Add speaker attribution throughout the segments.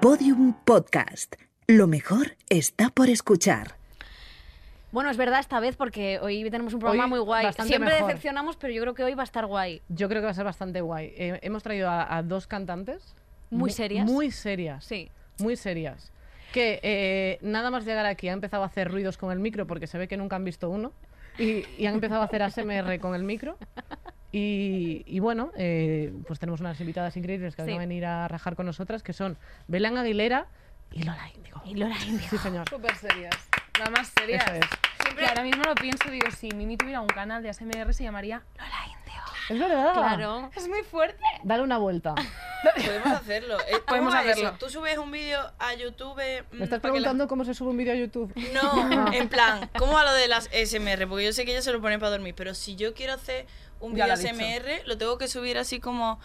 Speaker 1: Podium Podcast. Lo mejor está por escuchar.
Speaker 2: Bueno, es verdad esta vez porque hoy tenemos un programa
Speaker 3: Hoy
Speaker 2: muy guay.
Speaker 3: bastante
Speaker 2: Siempre
Speaker 3: mejor.
Speaker 2: decepcionamos, pero yo creo que hoy va a estar guay.
Speaker 3: Yo creo que va a ser bastante guay. Eh, hemos traído a, a dos cantantes.
Speaker 2: Muy
Speaker 3: mu-
Speaker 2: serias.
Speaker 3: Muy serias.
Speaker 2: Sí.
Speaker 3: Muy serias. Que eh, nada más llegar aquí ha empezado a hacer ruidos con el micro porque se ve que nunca han visto uno. Y, y han empezado a hacer ASMR con el micro. Y, y bueno, eh, pues tenemos unas invitadas increíbles que van
Speaker 2: Sí.
Speaker 3: a venir a rajar con nosotras, que son Belén Aguilera y Lola Índigo.
Speaker 2: Y Lola ¿eh? Índigo.
Speaker 3: Sí, señor.
Speaker 4: Súper serias. La más serias.
Speaker 3: Eso es.
Speaker 4: Siempre ahora mismo lo pienso, digo, si Mimi tuviera un canal de ASMR se llamaría Lola Indio.
Speaker 3: Es verdad.
Speaker 2: Claro.
Speaker 4: Es muy fuerte.
Speaker 3: Dale una vuelta.
Speaker 5: Podemos hacerlo. Eh, ¿cómo
Speaker 4: Podemos
Speaker 5: va
Speaker 4: hacerlo.
Speaker 5: eso? Tú subes un vídeo a YouTube. mm,
Speaker 3: Me estás
Speaker 5: para que la-
Speaker 3: preguntando cómo se sube un vídeo a YouTube.
Speaker 5: No, en plan, ¿cómo va lo de las SMR? Porque yo sé que ellos se lo ponen para dormir, pero si yo quiero hacer un
Speaker 4: Ya
Speaker 5: vídeo
Speaker 4: lo ha dicho.
Speaker 5: SMR, lo tengo que subir así como.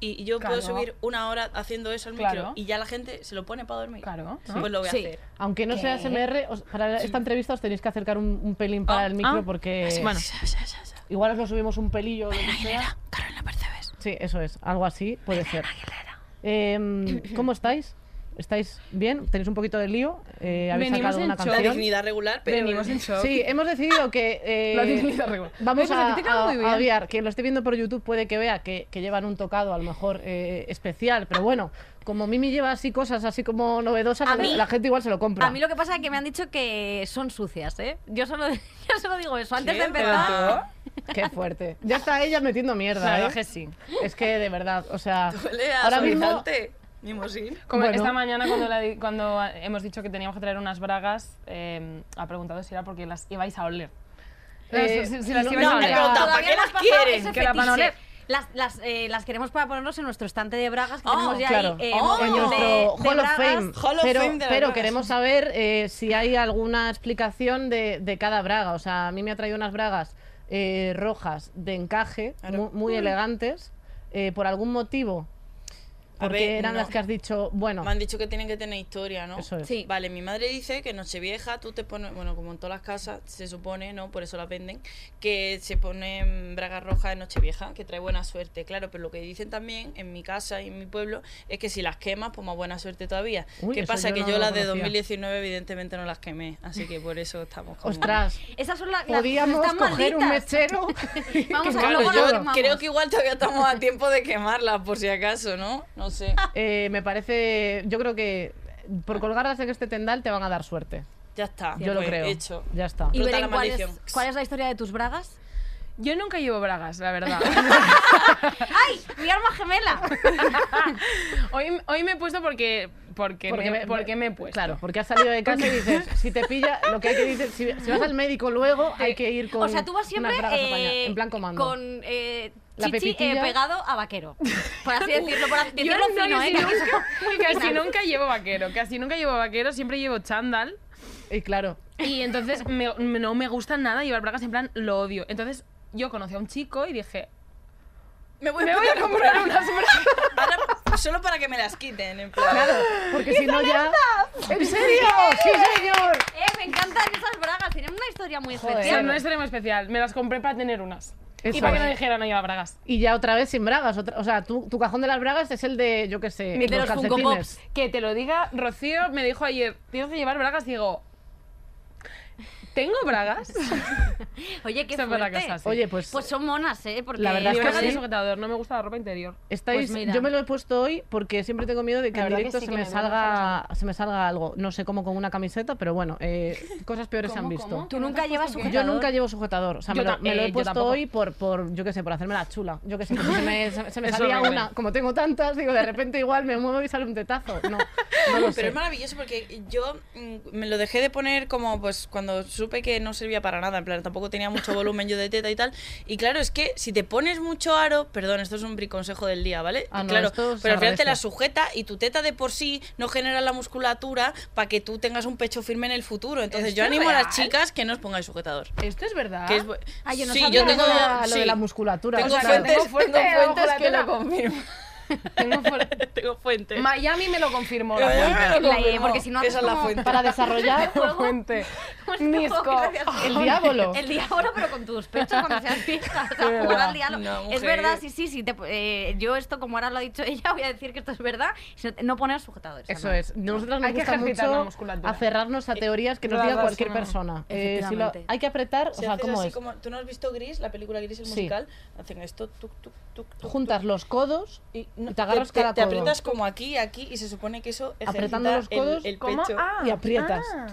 Speaker 5: Y y yo puedo
Speaker 4: Claro.
Speaker 5: subir una hora haciendo eso al
Speaker 4: Claro.
Speaker 5: micro y ya la gente se lo pone para dormir.
Speaker 4: Claro.
Speaker 5: Sí. Pues lo voy a
Speaker 2: Sí.
Speaker 5: hacer.
Speaker 3: Aunque no sea
Speaker 2: ¿Qué?
Speaker 3: SMR, os- para esta entrevista os tenéis que acercar un, un pelín para
Speaker 4: Ah,
Speaker 3: el micro
Speaker 4: ah,
Speaker 3: porque
Speaker 4: bueno.
Speaker 3: igual os lo subimos un pelillo. o lo que sea.
Speaker 5: Carolina Percebes.
Speaker 3: Sí, eso es, algo así puede ser. Em, ¿Cómo estáis? ¿Estáis bien? ¿Tenéis un poquito de lío? Eh, ¿Habéis
Speaker 4: Venimos
Speaker 3: sacado
Speaker 4: en
Speaker 3: una
Speaker 4: shock.
Speaker 5: La
Speaker 3: canción?
Speaker 5: dignidad regular, pero.
Speaker 4: Venimos en shock.
Speaker 3: Sí, hemos decidido que... eh,
Speaker 4: La dignidad regular. Oye,
Speaker 3: Vamos
Speaker 4: pues
Speaker 3: a,
Speaker 4: a ti te queda
Speaker 3: a-
Speaker 4: muy bien.
Speaker 3: a obviar, que lo esté viendo por YouTube puede que vea que, que llevan un tocado a lo mejor eh, especial, pero bueno, como Mimi lleva así cosas así como novedosas,
Speaker 2: A
Speaker 3: la-
Speaker 2: mí-
Speaker 3: la gente igual se lo compra.
Speaker 2: A mí lo que pasa es que me han dicho que son sucias, ¿eh? Yo solo, yo solo digo eso. Antes
Speaker 5: ¿Qué?
Speaker 2: de empezar.
Speaker 3: Qué fuerte. Ya está ella metiendo mierda,
Speaker 4: La
Speaker 3: ¿eh?
Speaker 4: verdad que sí.
Speaker 3: Es que de verdad, o sea,
Speaker 5: Huele a
Speaker 3: ahora mismo
Speaker 5: suavizante. Mimosín.
Speaker 4: Como
Speaker 3: Bueno.
Speaker 4: esta mañana cuando, la di- cuando ah, hemos dicho que teníamos que traer unas bragas, eh, ha preguntado si era porque las ibais a oler.
Speaker 3: Eh,
Speaker 4: si, si las
Speaker 3: no,
Speaker 4: ibais
Speaker 5: no,
Speaker 4: a
Speaker 5: me
Speaker 4: oler.
Speaker 5: he preguntado, ¿para
Speaker 2: todavía
Speaker 5: qué
Speaker 2: no has
Speaker 5: las
Speaker 2: pasado
Speaker 5: quieren?
Speaker 2: ese
Speaker 4: Que la van a
Speaker 2: fetiche.
Speaker 4: oler.
Speaker 2: Las, las, eh, las queremos para ponernos en nuestro estante de bragas que
Speaker 5: Oh,
Speaker 2: tenemos ya
Speaker 3: claro,
Speaker 2: ahí. eh,
Speaker 5: Oh.
Speaker 3: en
Speaker 2: mogollón
Speaker 3: nuestro
Speaker 2: de- de
Speaker 3: Hall
Speaker 2: bragas.
Speaker 3: of Fame.
Speaker 5: Hall of
Speaker 3: pero
Speaker 5: Fame de las
Speaker 3: pero
Speaker 5: bragas.
Speaker 3: queremos saber eh, si hay alguna explicación de, de cada braga. O sea, a mí me ha traído unas bragas eh, rojas de encaje, mu-
Speaker 5: Claro.
Speaker 3: muy, elegantes, eh, por algún motivo.
Speaker 5: A
Speaker 3: Porque
Speaker 5: ver,
Speaker 3: eran
Speaker 5: no.
Speaker 3: las que has dicho, bueno,
Speaker 5: Me han dicho que tienen que tener historia, ¿no?
Speaker 3: eso es.
Speaker 2: Sí.
Speaker 5: Vale, mi madre dice que Nochevieja tú te pones, bueno, como en todas las casas se supone, ¿no? Por eso las venden, que se ponen bragas rojas en Nochevieja, que trae buena suerte, claro, pero lo que dicen también en mi casa y en mi pueblo es que si las quemas, pues más buena suerte todavía.
Speaker 3: Uy,
Speaker 5: ¿Qué
Speaker 3: eso
Speaker 5: pasa?
Speaker 3: yo
Speaker 5: que
Speaker 3: no
Speaker 5: yo
Speaker 3: lo
Speaker 5: las de
Speaker 3: conocía.
Speaker 5: 2019 evidentemente no las quemé, así que por eso estamos como...
Speaker 3: Ostras,
Speaker 2: Esas son las. las-
Speaker 3: podíamos
Speaker 2: están
Speaker 3: coger un
Speaker 2: malditas.
Speaker 3: mechero.
Speaker 2: Vamos a
Speaker 5: Claro,
Speaker 2: luego
Speaker 5: yo
Speaker 2: las quemamos.
Speaker 5: creo que igual todavía estamos a tiempo de quemarlas, por si acaso, ¿no? No sé.
Speaker 3: Eh, me parece, yo creo que por colgarlas en este tendal te van a dar suerte.
Speaker 5: Ya está.
Speaker 3: Yo lo
Speaker 5: pues,
Speaker 3: creo.
Speaker 5: Hecho.
Speaker 3: Ya está.
Speaker 2: Y
Speaker 5: Rota
Speaker 2: Belén,
Speaker 5: la
Speaker 2: ¿cuál es,
Speaker 5: maldición.
Speaker 2: cuál es la historia de tus bragas?
Speaker 4: Yo nunca llevo bragas, la verdad.
Speaker 2: ¡Ay! ¡Mi arma gemela!
Speaker 4: hoy, hoy me he puesto porque, porque, me, porque me he puesto.
Speaker 3: Claro, porque has salido de casa y dices, si te pilla, lo que hay que decir, si, si vas al médico luego, hay que ir con
Speaker 2: o sea, tú vas siempre
Speaker 3: unas bragas apañadas,
Speaker 2: eh,
Speaker 3: en plan comando.
Speaker 2: con eh,
Speaker 3: La
Speaker 2: chichi eh,
Speaker 3: pepitilla.
Speaker 2: pegado a vaquero. Por así decirlo, por así
Speaker 4: Yo
Speaker 2: decirlo
Speaker 4: no,
Speaker 2: fino,
Speaker 4: yo
Speaker 2: ¿eh? Que aquí
Speaker 4: sí nunca-
Speaker 2: somos muy
Speaker 4: Casi
Speaker 2: finas.
Speaker 4: nunca llevo vaquero, casi nunca llevo vaquero, siempre llevo chándal.
Speaker 3: Y claro,
Speaker 4: Y entonces me- me- no me gusta nada llevar bragas, en plan lo odio. Entonces yo conocí a un chico y dije,
Speaker 5: Me voy,
Speaker 4: me voy a comprar unas bragas.
Speaker 5: Ahora, solo para que me las quiten, en plan.
Speaker 3: porque si no ya... ¿En serio? ¡Sí, señor!
Speaker 2: Eh, me encantan esas bragas, tienen una historia muy
Speaker 3: Joder.
Speaker 4: O sea,
Speaker 2: especial.
Speaker 4: no es extremo especial, me las compré para tener unas.
Speaker 3: Eso
Speaker 4: y para que
Speaker 3: es.
Speaker 4: no dijera no lleva bragas.
Speaker 3: Y ya otra vez sin bragas. otra- o sea, tu, tu cajón de las bragas es el de, yo qué sé,
Speaker 2: de los Funko
Speaker 3: calcetines.
Speaker 4: Que te lo diga, Rocío me dijo ayer, tienes que llevar bragas, digo, ¿tengo bragas?
Speaker 2: Oye, qué
Speaker 4: Son para
Speaker 2: fuerte.
Speaker 4: casas.
Speaker 3: Oye, pues,
Speaker 2: Pues son monas, ¿eh? Porque
Speaker 3: La verdad es
Speaker 4: Y
Speaker 3: que
Speaker 4: bragas
Speaker 3: sí.
Speaker 4: y sujetador, no me gusta la ropa interior.
Speaker 2: Pues
Speaker 3: Estáis,
Speaker 2: mira.
Speaker 3: yo me lo he puesto hoy porque siempre tengo miedo de que
Speaker 4: La
Speaker 3: en
Speaker 4: verdad que
Speaker 3: directo
Speaker 4: sí
Speaker 3: se,
Speaker 4: que
Speaker 3: me
Speaker 4: me van a
Speaker 3: salga, se me salga algo. No sé cómo con una camiseta, pero bueno, eh, cosas peores se han
Speaker 4: ¿Cómo,
Speaker 3: visto.
Speaker 4: cómo?
Speaker 2: Tú nunca llevas
Speaker 3: Yo
Speaker 2: sujetador.
Speaker 3: nunca llevo sujetador, o sea, me
Speaker 4: Yo
Speaker 3: lo,
Speaker 4: ta-
Speaker 3: me lo
Speaker 4: eh,
Speaker 3: he
Speaker 4: yo
Speaker 3: puesto
Speaker 4: tampoco.
Speaker 3: hoy por, por, yo qué sé, por hacerme la chula. Yo qué sé, porque se me, se, me- se me
Speaker 4: Es
Speaker 3: salía
Speaker 4: horrible.
Speaker 3: una, como tengo tantas, digo, de repente igual me muevo y sale un tetazo. No, no lo
Speaker 5: Pero
Speaker 3: sé.
Speaker 5: es maravilloso porque yo mm, me lo dejé de poner como pues cuando supe que no servía para nada, en plan tampoco tenía mucho volumen yo de teta y tal. Y claro, es que si te pones mucho aro, perdón, esto es un briconsejo del día, ¿vale?
Speaker 3: Ah, no,
Speaker 5: claro,
Speaker 3: esto se
Speaker 5: pero al final te
Speaker 3: agradece.
Speaker 5: la sujeta y tu teta de por sí no genera la musculatura para que tú tengas un pecho firme en el futuro. Entonces
Speaker 4: ¿Esto
Speaker 5: yo
Speaker 4: es
Speaker 5: animo a
Speaker 4: real?
Speaker 5: las chicas que no os pongáis sujetador.
Speaker 4: Esto es verdad.
Speaker 5: Que es bu-
Speaker 2: Ah, yo no
Speaker 5: sí,
Speaker 2: sabía
Speaker 5: yo tengo
Speaker 3: lo de la, lo de la
Speaker 5: sí.
Speaker 3: musculatura.
Speaker 5: Tengo
Speaker 3: o sea,
Speaker 5: fuentes,
Speaker 4: tengo fuente
Speaker 5: tengo
Speaker 4: debajo
Speaker 5: fuentes
Speaker 4: la
Speaker 5: que
Speaker 4: tela.
Speaker 5: lo confirman.
Speaker 4: Tengo fuerte.
Speaker 5: tengo fuentes.
Speaker 4: Miami me lo confirmó.
Speaker 5: Yo
Speaker 4: La
Speaker 5: me lo
Speaker 2: La-
Speaker 5: confirmo.
Speaker 2: porque si no haces
Speaker 5: Esa es la
Speaker 2: como
Speaker 5: fuente.
Speaker 3: para desarrollar
Speaker 4: fuente.
Speaker 2: como este
Speaker 4: Nisco.
Speaker 2: juego que se hace
Speaker 3: El
Speaker 2: así.
Speaker 3: diablo.
Speaker 2: El diablo, pero con tus pechos cuando seas vieja. O sea,
Speaker 4: verdad.
Speaker 2: jugar al diablo.
Speaker 5: No,
Speaker 2: es
Speaker 5: mujer.
Speaker 2: verdad, sí, sí, sí. te- eh, yo esto, como ahora lo ha dicho ella, voy a decir que esto es verdad. Si no- No poner sujetadores.
Speaker 3: Eso
Speaker 2: Ana.
Speaker 3: es. Nosotras nos
Speaker 4: Hay que
Speaker 3: gusta
Speaker 4: ejercitar la
Speaker 3: mucho
Speaker 4: musculatura. Eh,
Speaker 3: aferrarnos a teorías que nos
Speaker 4: Todas
Speaker 3: diga
Speaker 4: las-
Speaker 3: cualquier persona. Eh, si lo-
Speaker 2: Efectivamente.
Speaker 3: hay que apretar, o
Speaker 5: Si
Speaker 3: sea,
Speaker 5: haces
Speaker 3: ¿cómo
Speaker 5: así
Speaker 3: es?
Speaker 5: como- ¿Tú no has visto Gris, la película Gris, el
Speaker 3: Sí.
Speaker 5: musical? Hacen esto, tuk, tuk, tuk, tuk,
Speaker 3: Juntas
Speaker 5: tuk.
Speaker 3: los codos
Speaker 5: Y no-
Speaker 3: te agarras
Speaker 5: te,
Speaker 3: cada
Speaker 5: te
Speaker 3: codo.
Speaker 5: aprietas como aquí, aquí, y se supone que eso ejercita
Speaker 3: Apretando los
Speaker 5: el-
Speaker 3: codos, pues
Speaker 5: el,
Speaker 4: ¿Cómo?
Speaker 5: pecho.
Speaker 4: Ah,
Speaker 3: y aprietas.
Speaker 4: ah.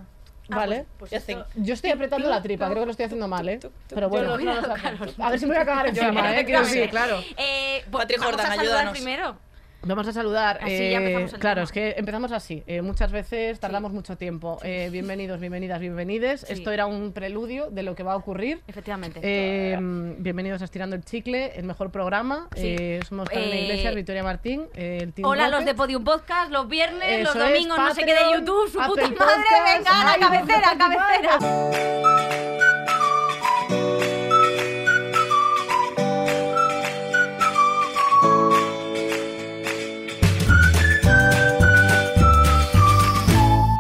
Speaker 3: ¿Vale?
Speaker 5: Y hacen...
Speaker 3: Yo estoy apretando la tripa, creo que lo estoy haciendo mal, ¿eh?
Speaker 5: tuc, tuc, tuc.
Speaker 3: Pero bueno,
Speaker 2: pues, Yo no lo hago,
Speaker 3: a ver si me voy a acabar encima, ¿eh? Quiero decir, claro.
Speaker 2: Eh, bo-
Speaker 5: Patrick
Speaker 2: vamos
Speaker 5: Jordan,
Speaker 2: a saludar
Speaker 5: ayúdanos.
Speaker 2: primero.
Speaker 3: Vamos a saludar.
Speaker 2: Así ya
Speaker 3: eh,
Speaker 2: empezamos el
Speaker 3: claro,
Speaker 2: tema.
Speaker 3: es que empezamos así. eh, muchas veces tardamos mucho tiempo. Eh, bienvenidos, bienvenidas, bienvenides.
Speaker 2: Sí.
Speaker 3: Esto era un preludio de lo que va a ocurrir.
Speaker 2: Efectivamente.
Speaker 3: Eh, bienvenidos a Estirando el Chicle, el mejor programa.
Speaker 2: Sí.
Speaker 3: Eh, somos Carmen
Speaker 2: Eh,
Speaker 3: Iglesias, Victoria Martín, eh, el Team
Speaker 2: Hola a los
Speaker 3: Rocket.
Speaker 2: de Podium Podcast, los viernes, los
Speaker 3: Eso es,
Speaker 2: domingos, no sé qué de
Speaker 3: Patreon,
Speaker 2: YouTube, su
Speaker 3: Apple
Speaker 2: puta madre,
Speaker 3: Podcast,
Speaker 2: venga, a la
Speaker 3: iVoox,
Speaker 2: cabecera,
Speaker 3: Spotify,
Speaker 2: cabecera.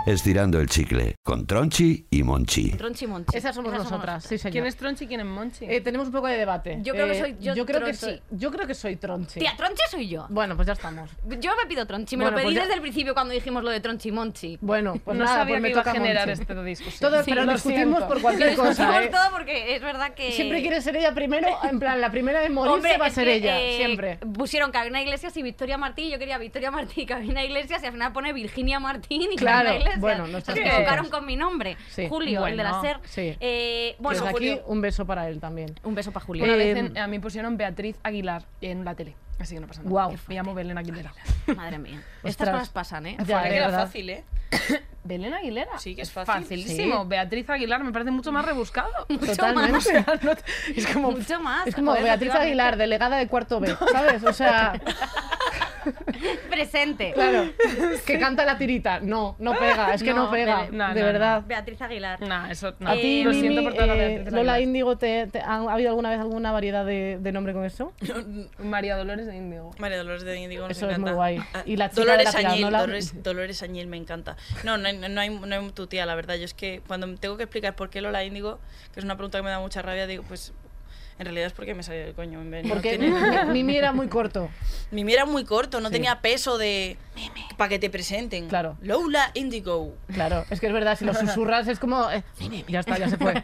Speaker 6: Estirando el chicle con Tronchi y Monchi.
Speaker 2: Tronchi Monchi.
Speaker 3: Esas somos
Speaker 2: Esas
Speaker 3: nosotras, sí, señor.
Speaker 4: ¿Quién es Tronchi y quién es Monchi?
Speaker 3: Eh, tenemos un poco de debate.
Speaker 2: Yo creo que
Speaker 3: Eh,
Speaker 2: soy yo
Speaker 3: creo que
Speaker 2: Tronchi.
Speaker 3: soy, yo creo que soy Tronchi.
Speaker 2: Tía, Tronchi soy yo.
Speaker 3: Bueno, pues ya estamos.
Speaker 2: Yo me pido Tronchi, me
Speaker 3: Bueno,
Speaker 2: lo pedí
Speaker 3: pues ya-
Speaker 2: desde el principio cuando dijimos lo de Tronchi Monchi.
Speaker 3: Bueno, pues
Speaker 4: no
Speaker 3: nada,
Speaker 4: sabía
Speaker 3: pues me
Speaker 4: que iba
Speaker 3: toca
Speaker 4: a generar este
Speaker 3: Monchi.
Speaker 4: esta discusión.
Speaker 3: Todo,
Speaker 2: Sí,
Speaker 3: pero
Speaker 2: lo
Speaker 3: lo discutimos
Speaker 4: siento.
Speaker 3: por
Speaker 2: Lo
Speaker 3: cualquier cosa.
Speaker 2: discutimos
Speaker 3: ¿eh?
Speaker 2: todo porque es verdad que...
Speaker 3: Siempre quiere ser ella primero, en plan, la primera de morirse
Speaker 2: Eh. Hombre,
Speaker 3: va a
Speaker 2: es
Speaker 3: ser
Speaker 2: que,
Speaker 3: ella,
Speaker 2: eh,
Speaker 3: siempre.
Speaker 2: Pusieron Carolina Iglesias y Victoria Martín. y Yo quería Victoria Martín y Carolina Iglesias y al final pone Virginia Martín y
Speaker 3: Claro,
Speaker 2: Carolina Iglesias.
Speaker 3: bueno, nuestras
Speaker 2: Entonces,
Speaker 4: cositas.
Speaker 2: me jugaron con mi nombre.
Speaker 3: Sí.
Speaker 2: Julio, el de la
Speaker 4: Bueno,
Speaker 2: SER.
Speaker 3: sí.
Speaker 2: Eh, bueno,
Speaker 3: Bueno, aquí
Speaker 2: Julio.
Speaker 3: un beso para él también.
Speaker 2: Un beso para Julio.
Speaker 4: Una
Speaker 3: Eh,
Speaker 4: vez en- a mí pusieron Beatriz Aguilar en la tele, así que no pasa nada.
Speaker 3: Guau.
Speaker 4: Me llamo Belén Aguilera.
Speaker 2: Madre mía.
Speaker 3: Ostras.
Speaker 2: Estas cosas pasan, ¿eh?
Speaker 3: Ya,
Speaker 5: Vale,
Speaker 3: es
Speaker 5: que era
Speaker 3: verdad.
Speaker 5: fácil, ¿eh?
Speaker 4: ¿Belén Aguilera?
Speaker 5: Sí, que es fácil.
Speaker 4: Facilísimo. Beatriz Aguilar me parece mucho más rebuscado.
Speaker 2: Mucho
Speaker 3: Totalmente.
Speaker 2: más.
Speaker 4: es como...
Speaker 2: Mucho más.
Speaker 3: Es como
Speaker 2: joder,
Speaker 3: Beatriz
Speaker 2: efectivamente.
Speaker 3: Aguilar, delegada de cuarto B, ¿sabes? O sea,
Speaker 2: Presente.
Speaker 3: claro, que canta la tirita. No, no pega, es que no,
Speaker 4: No,
Speaker 3: pega,
Speaker 4: de- no,
Speaker 3: de
Speaker 4: no,
Speaker 3: verdad.
Speaker 2: Beatriz Aguilar.
Speaker 4: Nah, eso...
Speaker 3: A
Speaker 4: nah,
Speaker 3: ti,
Speaker 4: lo
Speaker 3: Mimi,
Speaker 4: siento por toda la
Speaker 3: eh,
Speaker 4: Beatriz Aguilar.
Speaker 3: Lola Índigo, ¿te, te- ha ha habido alguna vez alguna variedad de, de nombre con eso?
Speaker 4: María Dolores de Índigo.
Speaker 5: María Dolores de Indigo nos
Speaker 3: Eso es
Speaker 5: encanta.
Speaker 3: muy guay.
Speaker 5: Ah,
Speaker 3: Y la chica de
Speaker 5: Dolores
Speaker 3: la
Speaker 5: Añil,
Speaker 3: piranola-
Speaker 5: Dolores, Dolores Añil me encanta. No, no hay, no, hay, no hay tu tía, la verdad. Yo es que cuando me tengo que explicar por qué Lola Índigo, que es una pregunta que me da mucha rabia, digo, pues en realidad es porque me salió del coño. en vez- no
Speaker 3: Porque
Speaker 5: tiene-
Speaker 3: mi- Mimi era muy corto.
Speaker 5: Mimi era muy corto, no tenía peso de... Para que te presenten.
Speaker 3: Claro.
Speaker 5: Lola Indigo.
Speaker 3: Claro, es que es verdad, si lo susurras es como. eh, ya está, ya se fue.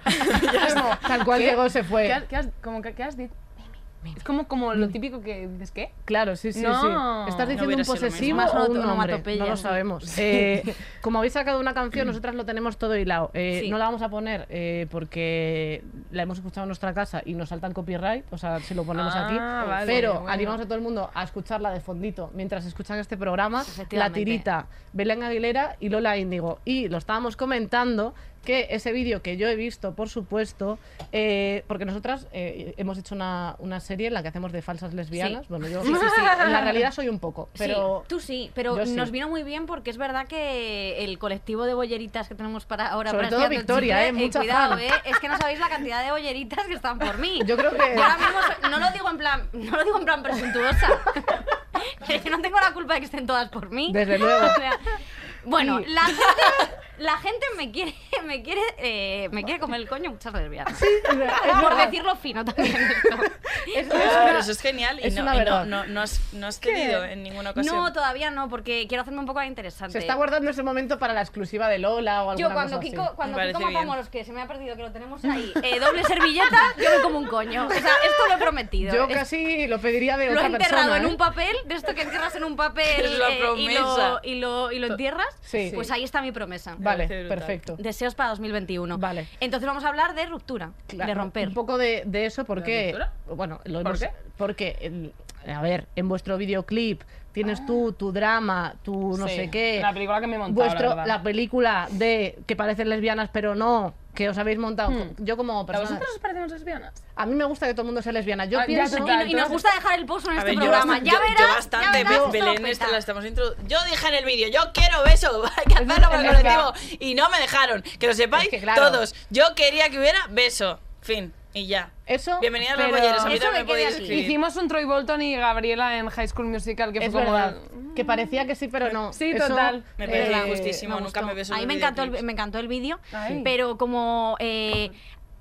Speaker 3: Es como, Tal cual llegó, se
Speaker 4: ¿Qué
Speaker 3: fue.
Speaker 4: has, qué has- como que- qué has dicho? Es como, como lo típico que dices, ¿qué?
Speaker 3: Claro, sí, sí,
Speaker 4: No.
Speaker 3: sí. ¿Estás
Speaker 4: No
Speaker 3: diciendo
Speaker 5: hubiera
Speaker 3: un
Speaker 5: sido lo
Speaker 3: posesivo
Speaker 2: mismo.
Speaker 3: o
Speaker 2: Más
Speaker 3: un
Speaker 2: onomato-
Speaker 3: nombre?
Speaker 2: onomatopeyas,
Speaker 3: No lo
Speaker 2: sí.
Speaker 3: sabemos. Eh, como habéis sacado una canción, nosotras lo tenemos todo hilado. Eh,
Speaker 2: Sí.
Speaker 3: No la vamos a poner eh, porque la hemos escuchado en nuestra casa y nos saltan copyright, o sea, si lo ponemos
Speaker 4: Ah,
Speaker 3: aquí.
Speaker 4: vale,
Speaker 3: Pero
Speaker 4: bueno.
Speaker 3: animamos a todo el mundo a escucharla de fondito mientras escuchan este programa. La
Speaker 2: Efectivamente.
Speaker 3: tirita, Belén Aguilera y Lola Índigo. Y lo estábamos comentando que ese vídeo que yo he visto, por supuesto, eh, porque nosotras eh, hemos hecho una, una serie en la que hacemos de falsas lesbianas. Bueno, yo en la realidad soy un poco, pero
Speaker 2: sí, tú sí, pero
Speaker 3: yo sí.
Speaker 2: nos vino muy bien porque es verdad que el colectivo de bolleritas que tenemos para ahora para
Speaker 3: Sobre todo
Speaker 2: Estirando el
Speaker 3: Victoria,
Speaker 2: Chicle,
Speaker 3: eh, mucha
Speaker 2: cuidado,
Speaker 3: fan.
Speaker 2: eh, es que no sabéis la cantidad de bolleritas que están por mí.
Speaker 3: yo creo que
Speaker 2: Yo ahora mismo so- no lo digo en plan, no lo digo en plan presuntuosa. Pero yo no tengo la culpa de que estén todas por mí.
Speaker 3: Desde luego.
Speaker 2: O sea, bueno,
Speaker 3: Y-
Speaker 2: la gente, la gente me quiere, me quiere, eh, me quiere comer el coño muchas lesbianas. Por decirlo fino también. esto.
Speaker 3: es, es
Speaker 5: Pero
Speaker 3: una-
Speaker 5: eso es genial y,
Speaker 3: es
Speaker 5: no,
Speaker 3: una
Speaker 5: y no-
Speaker 3: verdad.
Speaker 5: no- no has, no has tenido en ninguna ocasión.
Speaker 2: No, todavía no, porque quiero hacerme un poco la interesante.
Speaker 3: se está guardando ese momento para la exclusiva de Lola o alguna
Speaker 2: Yo cuando
Speaker 3: cosa
Speaker 2: Kiko,
Speaker 3: así.
Speaker 2: cuando
Speaker 5: Me
Speaker 2: Kiko
Speaker 5: parece
Speaker 2: Matamoros, que se me ha perdido que lo tenemos ahí, eh, doble servilleta, yo me como un coño. O sea, esto lo he prometido.
Speaker 3: Yo
Speaker 2: Es-
Speaker 3: casi lo pediría de
Speaker 2: lo he
Speaker 3: otra
Speaker 2: enterrado
Speaker 3: persona.
Speaker 2: en
Speaker 3: ¿eh?
Speaker 2: un papel, de esto que entierras en un papel
Speaker 5: Es la
Speaker 2: eh, y, lo,
Speaker 5: promesa.
Speaker 2: y, lo, y lo entierras.
Speaker 3: Sí.
Speaker 2: Pues ahí está mi promesa.
Speaker 3: Vale,
Speaker 5: Parece brutal.
Speaker 3: perfecto.
Speaker 2: Deseos para 2021.
Speaker 3: Vale.
Speaker 2: Entonces vamos a hablar de ruptura,
Speaker 3: Claro,
Speaker 2: de romper.
Speaker 3: Un poco de, de eso porque...
Speaker 4: pintura?
Speaker 3: Bueno, lo
Speaker 4: ¿Por
Speaker 3: hemos-
Speaker 4: qué?
Speaker 3: Porque, el- a ver, en vuestro videoclip tienes tú
Speaker 2: Ah.
Speaker 3: tu drama, tu no
Speaker 4: Sí,
Speaker 3: sé qué...
Speaker 4: La película que me he montado,
Speaker 3: vuestro,
Speaker 4: la
Speaker 3: la,
Speaker 4: verdad.
Speaker 3: película de que parecen lesbianas pero no, que os habéis montado.
Speaker 4: Hmm.
Speaker 3: Yo como
Speaker 4: ¿A
Speaker 3: persona...
Speaker 4: vosotros os parecemos lesbianas?
Speaker 3: A mí me gusta que todo el mundo sea lesbiana. Yo
Speaker 4: Ah, ya
Speaker 3: pienso...
Speaker 4: total.
Speaker 2: Y- y, nos
Speaker 4: entonces-
Speaker 2: gusta dejar el pozo en
Speaker 5: A
Speaker 2: este
Speaker 5: ver, yo
Speaker 2: programa. ya
Speaker 5: bast- yo- yo
Speaker 2: verás, ya
Speaker 5: bastante,
Speaker 2: verás, esto lo
Speaker 5: Belén, esta
Speaker 2: peta.
Speaker 5: la estamos intro- Yo dije en el vídeo, yo quiero beso, hay que hacerlo para el
Speaker 3: verdad.
Speaker 5: colectivo. Y no me dejaron, que lo sepáis
Speaker 3: Es que claro.
Speaker 5: todos. Yo quería que hubiera beso. Fin. Y ya.
Speaker 3: Eso.
Speaker 5: Bienvenida a los
Speaker 4: pero-
Speaker 5: bolleros, a mí
Speaker 2: Eso me
Speaker 5: también me podéis
Speaker 2: queda así.
Speaker 5: escribir.
Speaker 4: Hicimos un Troy Bolton y Gabriela en High School Musical, que
Speaker 3: Es
Speaker 4: fue como... "Mm".
Speaker 3: verdad. Que parecía que sí, pero no.
Speaker 4: Sí,
Speaker 3: Eso,
Speaker 4: total.
Speaker 5: Me
Speaker 3: eh,
Speaker 5: parece injustísimo,
Speaker 2: me
Speaker 5: nunca
Speaker 2: gustó.
Speaker 5: me beso
Speaker 2: A mí
Speaker 5: en
Speaker 2: me
Speaker 5: los
Speaker 2: encantó, el,
Speaker 5: videoclips.
Speaker 2: me encantó el vídeo,
Speaker 4: Ay.
Speaker 2: pero como eh,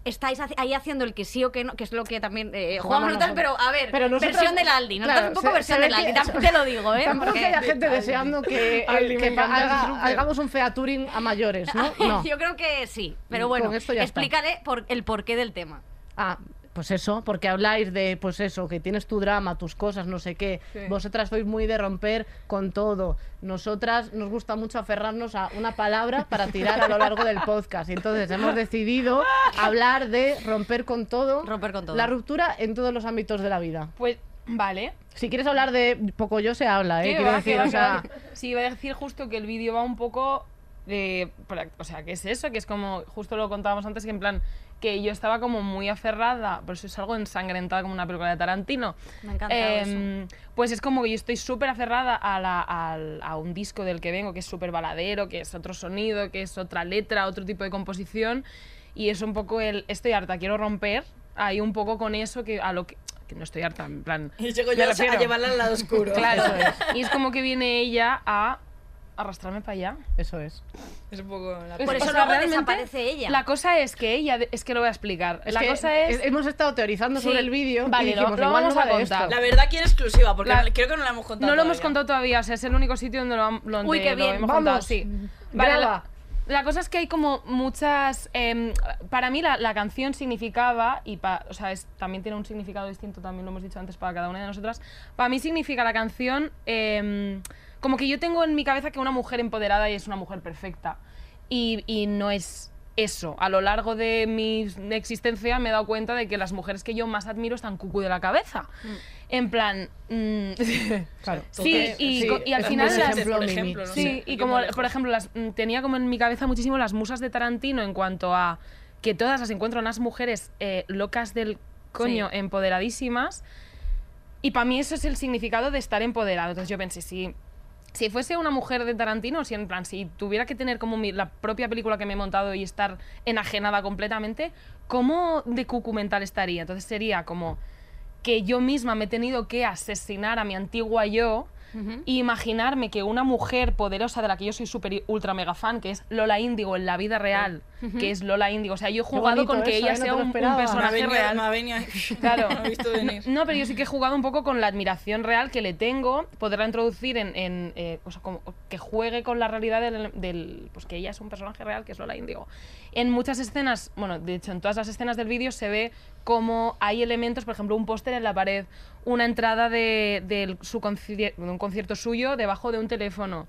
Speaker 2: estáis haci- ahí haciendo el que sí o que no, que es lo que también eh, jugamos
Speaker 3: Jugamos
Speaker 2: tal, pero a ver,
Speaker 3: Pero nosotros-
Speaker 2: versión del Aldi, no
Speaker 3: Claro,
Speaker 2: un poco
Speaker 3: se-
Speaker 2: versión
Speaker 3: se ve
Speaker 2: del Aldi,
Speaker 3: que-
Speaker 2: también te lo digo, ¿eh?
Speaker 3: Tampoco que
Speaker 2: Porque
Speaker 3: haya gente deseando que,
Speaker 4: Aldi,
Speaker 3: que
Speaker 4: me encanta,
Speaker 3: haga-
Speaker 4: es súper.
Speaker 3: hagamos un featuring a mayores, ¿no? No.
Speaker 2: yo creo que sí, pero bueno,
Speaker 3: Con esto ya está.
Speaker 2: explícale por, el porqué del tema.
Speaker 3: Ah, pues eso, porque habláis de, pues eso, que tienes tu drama, tus cosas, no sé qué.
Speaker 4: Sí.
Speaker 3: Vosotras sois muy de romper con todo. Nosotras nos gusta mucho aferrarnos a una palabra para tirar a lo largo del podcast. Y entonces hemos decidido hablar de romper con todo.
Speaker 2: Romper con todo.
Speaker 3: La ruptura en todos los ámbitos de la vida.
Speaker 4: Pues, vale.
Speaker 3: Si quieres hablar de poco yo, se habla, ¿eh?
Speaker 4: ¿Qué
Speaker 3: Quiero
Speaker 4: va,
Speaker 3: decir,
Speaker 4: qué va,
Speaker 3: o
Speaker 4: qué
Speaker 3: sea,
Speaker 4: va? Sí, iba a decir justo que el vídeo va un poco de... pra- O sea, ¿qué es eso? Que es como, justo lo contábamos antes, que en plan, que yo estaba como muy aferrada, por eso es algo ensangrentada como una película de Tarantino.
Speaker 2: Me ha encantado
Speaker 4: Em, Pues es como que yo estoy súper aferrada a, la- al- a un disco del que vengo, que es súper baladero, que es otro sonido, que es otra letra, otro tipo de composición. Y es un poco el, estoy harta, quiero romper ahí un poco con eso, que a lo que, que no estoy harta, en plan...
Speaker 5: Y llego
Speaker 4: me
Speaker 5: yo a- a
Speaker 4: refiero.
Speaker 5: llevarla al lado oscuro.
Speaker 4: Claro, y es como que viene ella a arrastrarme para allá.
Speaker 3: eso es.
Speaker 5: Es un poco la
Speaker 2: Por
Speaker 5: pena.
Speaker 2: eso
Speaker 4: O sea,
Speaker 2: luego
Speaker 4: realmente,
Speaker 2: desaparece ella.
Speaker 4: La cosa es que ella, es que lo voy a explicar.
Speaker 3: Es
Speaker 4: la
Speaker 3: que
Speaker 4: cosa es.
Speaker 3: he- Hemos estado teorizando
Speaker 2: Sí,
Speaker 3: sobre el vídeo.
Speaker 4: vale,
Speaker 3: y
Speaker 4: lo-
Speaker 3: dijimos,
Speaker 4: lo
Speaker 3: igual
Speaker 4: vamos
Speaker 3: no
Speaker 4: a
Speaker 3: va de esto.
Speaker 4: contar.
Speaker 5: La verdad quiero exclusiva, porque
Speaker 4: La-
Speaker 5: no- creo que no la hemos contado
Speaker 4: no lo hemos
Speaker 5: todavía.
Speaker 4: contado todavía, o sea, es el único sitio donde lo, ham- donde
Speaker 2: Uy, qué
Speaker 4: lo
Speaker 2: bien,
Speaker 4: hemos
Speaker 3: vamos.
Speaker 4: contado, sí. Vale,
Speaker 3: Graba.
Speaker 4: la, la cosa es que hay como muchas. em, para mí la, la canción significaba, y pa- o sea, es- también tiene un significado distinto, también lo hemos dicho antes para cada una de nosotras. Para mí significa la canción. em, como que yo tengo en mi cabeza que una mujer empoderada y es una mujer perfecta. Y, y no es eso. A lo largo de mi existencia me he dado cuenta de que las mujeres que yo más admiro están cucu de la cabeza. En plan. mm,
Speaker 3: Claro.
Speaker 4: Sí, y,
Speaker 3: Sí,
Speaker 4: co- y al
Speaker 3: es
Speaker 4: final
Speaker 3: un
Speaker 4: las,
Speaker 3: ejemplo,
Speaker 5: por
Speaker 3: Mimi.
Speaker 5: ejemplo, no
Speaker 4: Sí,
Speaker 5: sé,
Speaker 4: y
Speaker 5: yo
Speaker 4: como,
Speaker 5: me alejo.
Speaker 4: por ejemplo, las, mm, tenía como en mi cabeza muchísimo las musas de Tarantino en cuanto a que todas las encuentro unas mujeres eh, locas del coño,
Speaker 2: Sí.
Speaker 4: empoderadísimas. Y para mí eso es el significado de estar empoderado. Entonces yo pensé, si, si fuese una mujer de Tarantino, si en plan, si tuviera que tener como mi- la propia película que me he montado y estar enajenada completamente, ¿cómo de cucu mental estaría? Entonces sería como que yo misma me he tenido que asesinar a mi antigua yo
Speaker 2: Ujú.
Speaker 4: y imaginarme que una mujer poderosa de la que yo soy súper ultra mega fan, que es Lola Índigo en la vida real, que es Lola Índigo, o sea, yo he jugado
Speaker 3: bonito
Speaker 4: con que
Speaker 3: eso,
Speaker 4: ella
Speaker 3: ¿eh? No te
Speaker 4: sea
Speaker 3: lo
Speaker 4: un, un
Speaker 3: esperaba.
Speaker 5: Me ha
Speaker 4: personaje
Speaker 5: venido,
Speaker 4: real.
Speaker 5: me ha venido.
Speaker 4: Claro.
Speaker 5: Me ha visto venir.
Speaker 4: No, pero yo sí que he jugado un poco con la admiración real que le tengo, poderla introducir en, en, eh, o sea, como que juegue con la realidad del, del- pues que ella es un personaje real, que es Lola Índigo. En muchas escenas, bueno, de hecho en todas las escenas del vídeo se ve cómo hay elementos, por ejemplo, un póster en la pared, una entrada de, del- su conci- de un concierto suyo debajo de un teléfono